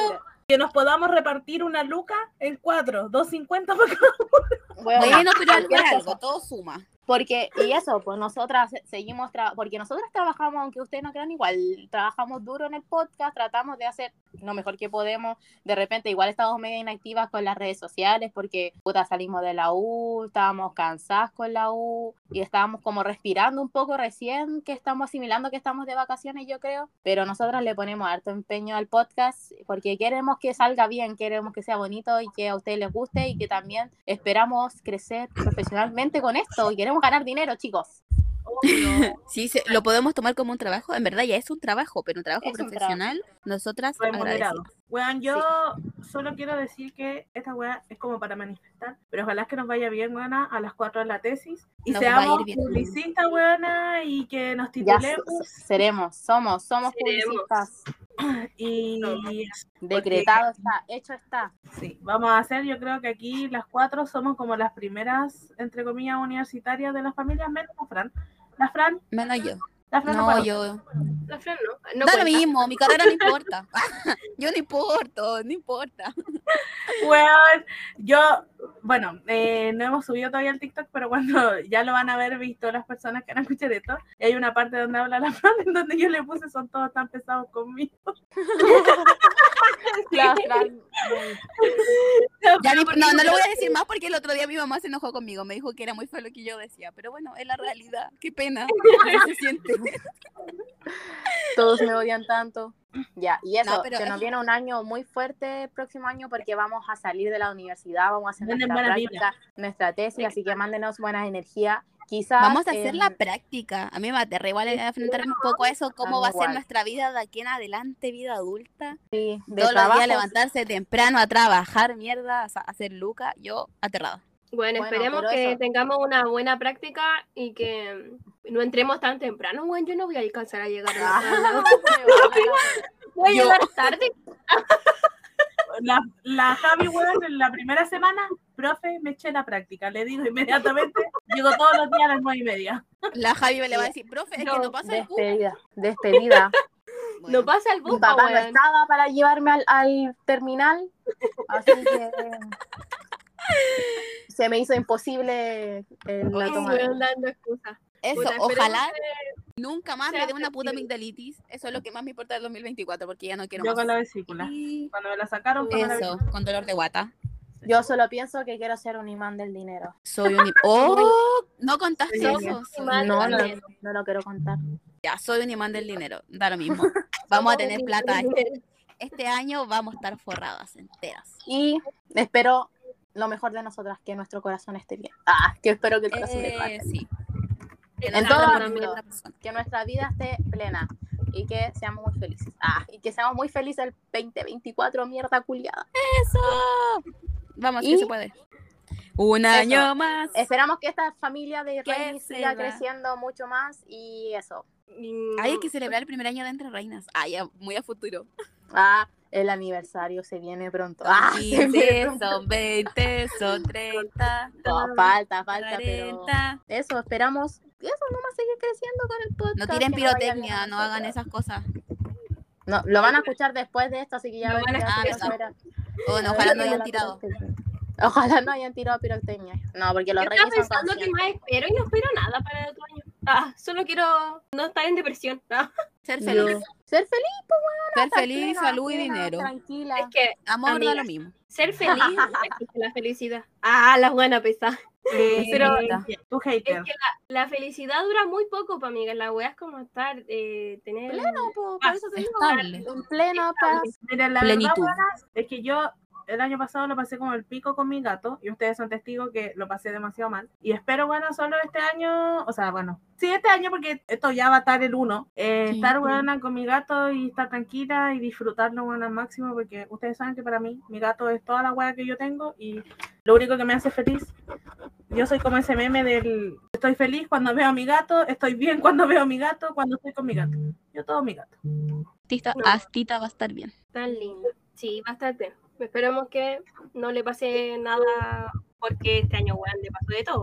S4: por que nos podamos repartir una luca en cuatro, 2.50 para cada
S3: uno. Bueno, bueno pero algo, algo, todo suma.
S2: Porque, y eso, pues nosotras seguimos, porque nosotras trabajamos, aunque ustedes no crean igual, trabajamos duro en el podcast, tratamos de hacer lo mejor que podemos, de repente igual estamos medio inactivas con las redes sociales, porque puta, salimos de la U, estábamos cansadas con la U, y estábamos como respirando un poco recién, que estamos asimilando que estamos de vacaciones, yo creo, pero nosotras le ponemos harto empeño al podcast, porque queremos que salga bien, queremos que sea bonito y que a ustedes les guste y que también esperamos crecer profesionalmente con esto y queremos ganar dinero, chicos.
S3: Obvio. Sí, se, lo podemos tomar como un trabajo. En verdad ya es un trabajo, pero un trabajo es profesional. Un trabajo. Nosotras agradecemos.
S4: Weón, yo sí. solo quiero decir que esta weá es como para manifestar, pero ojalá que nos vaya bien, weona, a las 4 de la tesis. Y nos seamos publicistas, weona, y que nos titulemos. Ya,
S2: seremos, somos, somos seremos. publicistas.
S4: Y
S2: decretado porque, está, hecho *laughs* está.
S4: Sí, vamos a hacer, yo creo que aquí las cuatro somos como las primeras, entre comillas, universitarias de las familias, menos la Fran. La Fran.
S3: Menos yo.
S4: La Fran
S3: Ah, no,
S4: no
S3: yo.
S1: La Fran no. No,
S3: da lo mismo, mi carrera no importa. *laughs* yo no importo, no importa.
S4: Bueno, yo Bueno, eh, no hemos subido todavía el TikTok, pero cuando *laughs* ya lo van a haber visto las personas que han escuchado esto, y hay una parte donde habla la *laughs* Fran, en donde yo le puse son todos tan pesados conmigo. *laughs*
S2: La Fran,
S3: Ya ni- *laughs* no, no lo voy a decir más porque el otro día mi mamá se enojó conmigo. Me dijo que era muy feo lo que yo decía. Pero bueno, es la realidad. Qué *laughs* pena. ¿Cómo se siente?
S2: todos me odian tanto. Ya, y eso,
S3: No, pero
S2: se
S3: es-
S2: nos viene un año muy fuerte el próximo año porque vamos a salir de la universidad, vamos a hacer
S4: Manden
S2: nuestra,
S4: buena
S2: práctica, nuestra tesis, así que mándenos buenas energías. Quizás
S3: Vamos a hacer
S2: em,
S3: la práctica. A mí me aterra igual enfrentarme un poco a eso. ¿Cómo va a ser
S2: igual.
S3: nuestra vida de aquí en adelante, vida adulta?
S2: sí, de
S3: Todos los
S2: trabajo,
S3: días levantarse temprano a trabajar, mierda, a sa- a hacer luca. Yo aterrada.
S1: Bueno,
S2: Bueno,
S1: esperemos
S2: pero
S1: que
S2: eso.
S1: tengamos una buena práctica y que mm, no entremos tan temprano. Bueno, yo no voy a alcanzar a llegar. a
S3: Ah.
S1: la
S3: *laughs*
S1: tarde. Voy a
S3: Yo-
S1: llegar tarde.
S4: La, la Javi, weón, en la primera semana, profe, me eché la práctica. Le digo inmediatamente, *laughs* llego todos los días a las nueve y media.
S3: La Javi le va a decir, profe, es
S1: No,
S3: que
S2: *laughs*
S3: no pasa el cupo.
S2: despedida,
S3: *laughs*
S2: despedida.
S1: No
S3: Bueno,
S1: pasa el bus,
S2: Mi papá no
S1: weón.
S2: estaba para llevarme al, al terminal, así que se me hizo imposible eh, la
S3: Oye,
S1: Ay,
S2: toma.
S1: weón, dando excusas.
S3: Eso,
S1: Puta, esperemos
S3: ojalá
S1: que-
S3: nunca más
S1: sea
S3: me dé una puta
S1: flexible.
S3: amigdalitis. Eso es lo que más me importa del 2024 porque ya no quiero
S4: Yo
S3: más.
S4: con la vesícula.
S3: Y-
S4: Cuando me la sacaron, fue
S3: Eso, con dolor de guata.
S2: Yo solo pienso que quiero ser un imán del dinero.
S3: Soy un... im- ¡Oh! No contaste
S1: Soy un
S3: eso. Soy un
S1: imán
S2: No,
S3: imán
S2: no,
S1: del
S3: del-
S1: dinero.
S2: no lo quiero contar.
S3: Ya, soy un imán del dinero. Da lo mismo. Vamos a tener plata. eh. Este año vamos a estar forradas enteras.
S2: Y espero lo mejor de nosotras, que nuestro corazón esté bien. Ah, que espero que el corazón esté
S3: Eh,
S2: bien.
S3: sí.
S1: En
S2: En
S1: la
S2: todo
S1: otra
S2: ámbito.
S1: también.
S2: Que nuestra vida esté plena y que seamos muy felices. Ah, y que seamos muy felices el 2024, mierda culiada.
S3: ¡Eso! Vamos,
S2: Y-
S3: que se puede. Un año más.
S2: Esperamos que esta familia de Reyes
S3: se
S2: siga
S3: va.
S2: creciendo mucho más y eso.
S1: Mm,
S3: Hay que celebrar el primer año de Entre Reinas. Ah, ya, muy a futuro.
S2: Ah, el aniversario se viene pronto. Ah, se viene
S3: 15,
S2: pronto.
S3: son 20, son 30,
S2: No, falta, falta, pero
S3: 40.
S2: eso, esperamos. Eso, nomás seguir creciendo con el podcast.
S3: No
S2: que
S3: tiren
S2: vaya bien a
S3: pirotecnia, no hagan
S2: nosotras.
S3: esas cosas.
S2: No, lo van a escuchar después de esto, así que ya
S1: Lo van a
S2: ya
S3: escuchar.
S2: se verá.
S3: Oh, no, ojalá no hayan tirado.
S2: Ojalá no hayan tirado pirotecnia. No, porque
S1: Yo
S2: los reyes
S1: estaba
S2: son
S1: pensando que
S2: conscientes.
S1: más espero y no espero nada para el otro año. Ah, solo quiero no estar en depresión. Ah,
S3: Ser
S2: No.
S3: feliz,
S2: Ser feliz,
S3: ser
S2: estar
S3: feliz,
S2: plena,
S3: salud y
S2: plena,
S3: dinero.
S2: Tranquila.
S3: Ah.
S1: Es que
S3: Amor da
S1: Amiga.
S3: lo mismo.
S1: ser feliz
S3: *laughs*
S1: es la felicidad. Ah, la buena pesa.
S4: Eh, pero
S3: Pero-
S4: tu hater.
S1: Es que la, la felicidad dura muy poco, para amiga. La wea es como estar, eh, tener.
S2: Pleno, po, por eso te digo.
S3: Estable.
S2: En plena paz.
S4: Mira, la verdad,
S3: Plenitud.
S4: buenas, es que yo el año pasado lo pasé como el pico con mi gato y ustedes son testigos que lo pasé demasiado mal. Y espero, bueno, solo este año, o sea, bueno, sí, este año porque esto ya va a estar el uno. eh,
S3: Sí.
S4: estar buena con mi gato y estar tranquila y disfrutarlo, bueno, al máximo porque ustedes saben que para mí mi gato es toda la hueá que yo tengo y lo único que me hace feliz. Yo soy como ese meme del estoy feliz cuando veo a mi gato, estoy bien cuando veo a mi gato, cuando estoy con mi gato. Yo todo mi gato.
S3: Tita,
S1: No.
S3: Astita va a estar bien.
S1: Tan lindo. Sí, bastante. Esperemos que no le pase nada porque este año, weón, le pasó de todo.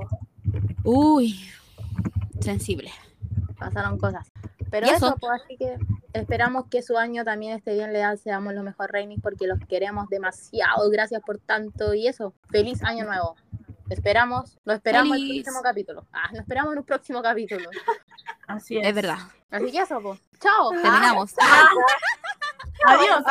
S3: Uy, sensible.
S2: pasaron cosas. Pero
S3: Y
S2: eso,
S3: eso.
S2: pues, así que esperamos que su año también esté bien leal, seamos los mejor reinis porque los queremos demasiado. Gracias por tanto y eso. Feliz año nuevo. Esperamos, lo esperamos en el
S3: Feliz.
S2: próximo capítulo. Ah, lo esperamos en un próximo capítulo.
S4: Así
S3: Es verdad.
S2: Así que eso, pues. Chao.
S3: Terminamos.
S4: Adiós.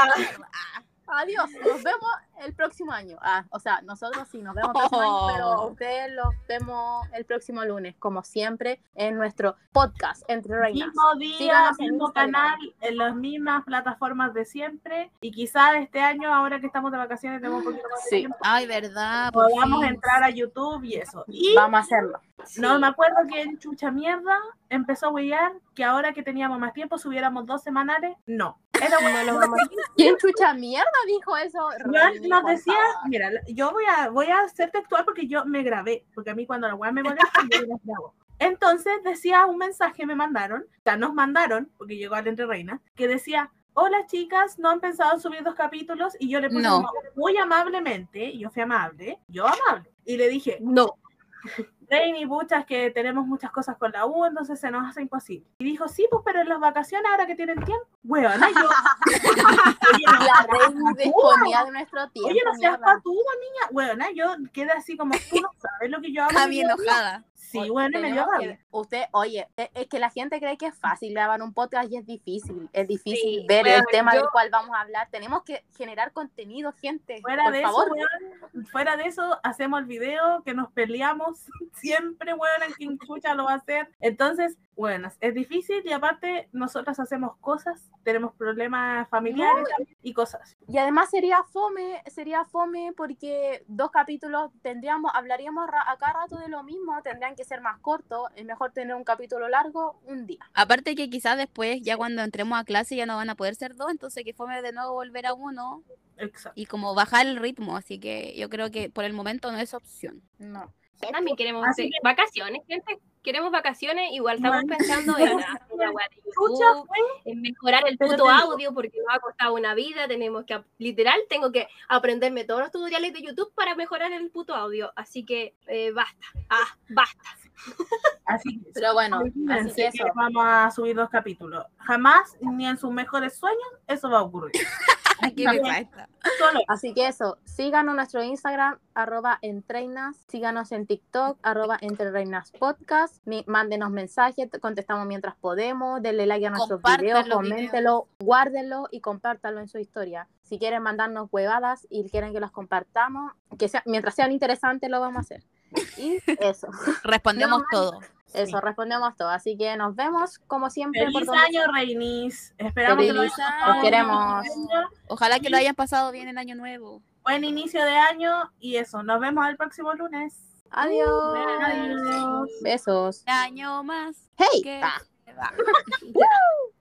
S2: Ah, adiós. Nos vemos el próximo año. Ah, o sea, nosotros sí nos vemos el próximo
S3: Oh.
S2: año, pero ustedes los vemos el próximo lunes, como siempre, en nuestro podcast Entre Reinas.
S4: Mismo día,
S2: Síganos en
S4: mismo
S2: Instagram.
S4: canal, en las mismas plataformas de siempre. Y quizás este año, ahora que estamos de vacaciones, tenemos un poquito más de
S2: Sí.
S4: tiempo,
S3: Ay, verdad. por
S4: podamos
S3: fin.
S4: entrar a YouTube y eso. Y
S2: Vamos a hacerlo.
S1: Sí.
S4: no me acuerdo que en Chucha Mierda empezó a huellar que ahora que teníamos más tiempo, subiéramos dos semanales. No. Era bueno.
S1: No lo vamos a
S2: ¿Quién chucha mierda dijo eso? Reini,
S4: Joan nos
S2: por
S4: decía, *laughs*
S2: favor.
S4: mira, yo voy a, voy a ser textual porque yo me grabé, porque a mí cuando la weá me molesta, yo las grabo. Entonces decía un mensaje, me mandaron, o sea, nos mandaron, porque llegó al Entre Reina, que decía, hola chicas, no han pensado en subir dos capítulos, y yo le puse
S3: No.
S4: como muy amablemente, y yo fui amable, yo amable, y le dije,
S1: No.
S4: Rainy, muchas que tenemos muchas cosas con la U, entonces se nos hace imposible. Y dijo, sí, pues, pero en las vacaciones, ahora que tienen tiempo, huevona, yo. *laughs*
S2: La Rainy disponía de nuestro tiempo.
S4: Oye, no seas
S2: mierda.
S4: patuda, niña. Huevona, yo quedé así como, tú no sabes lo que yo hago. en
S3: Javi
S4: mi vida".
S3: enojada.
S4: Sí, bueno, y me dio
S2: Tenemos que-
S4: rabia.
S2: Usted, oye, e- es que la gente cree que es fácil grabar un podcast y es difícil. Es difícil
S1: Sí,
S2: ver el
S1: bueno,
S2: tema
S1: yo-
S2: del cual vamos a hablar. Tenemos que generar contenido, gente.
S4: Fuera
S2: por
S4: de, eso,
S2: favor.
S4: weón, fuera de eso, hacemos el video que nos peleamos *laughs* siempre, weón, en quien escucha lo va a hacer. Entonces, bueno, es difícil y aparte nosotras hacemos cosas, tenemos problemas familiares y cosas.
S2: Y además sería fome, sería fome porque dos capítulos tendríamos, hablaríamos ra- a cada rato de lo mismo, tendrían que ser más cortos, es mejor tener un capítulo largo un día.
S3: Aparte que quizás después, ya cuando entremos a clase, ya no van a poder ser dos, entonces que fome de nuevo volver a uno
S4: Exacto.
S3: y como bajar el ritmo. Así que yo creo que por el momento no es
S4: *laughs*
S3: opción.
S2: No.
S1: También queremos
S4: Así
S1: sí,
S4: que-
S1: vacaciones, gente. Queremos vacaciones, igual estamos
S4: Bueno. *laughs*
S1: pensando en, una- una wea de
S4: Chucha,
S1: YouTube,
S4: fue,
S1: en mejorar el
S4: Pero
S1: puto
S4: te digo-
S1: audio porque nos ha costado una vida. Tenemos que, ap- literal, tengo que aprenderme todos los tutoriales de YouTube para mejorar el puto audio. Así que eh, basta, ah, basta.
S4: así que
S2: Pero bueno, así
S4: imagínense
S2: que
S4: que
S2: eso.
S4: vamos a subir dos capítulos. Jamás, ni en sus mejores sueños, eso va a ocurrir.
S3: Aquí
S4: me Solo
S2: Así que eso, síganos en nuestro Instagram, arroba entreinas, síganos en TikTok, arroba entre reinas podcast, mi- mándenos mensajes, te contestamos mientras podemos, denle like a nuestros
S3: Compartan
S2: videos,
S3: los
S2: coméntelo, guárdenlo y compártanlo en su historia. Si quieren mandarnos huevadas y quieren que los compartamos, que sea- mientras sean interesantes lo vamos a hacer. Y eso,
S3: Respondemos
S2: No,
S3: todo.
S2: eso, respondemos todo. Así que nos vemos como siempre. por
S4: Feliz
S2: donde-
S4: año, Reinis. Esperamos que lo
S2: Feliz
S4: hayan
S3: año.
S4: pasado
S2: Los queremos.
S4: bien este año.
S3: Ojalá que lo hayan pasado bien el año nuevo.
S4: Buen inicio de año y eso. Nos vemos el próximo lunes.
S2: Adiós.
S4: Adiós.
S2: Besos.
S3: Un año más.
S2: Hey.
S3: que
S2: Ah.
S3: se va. *laughs*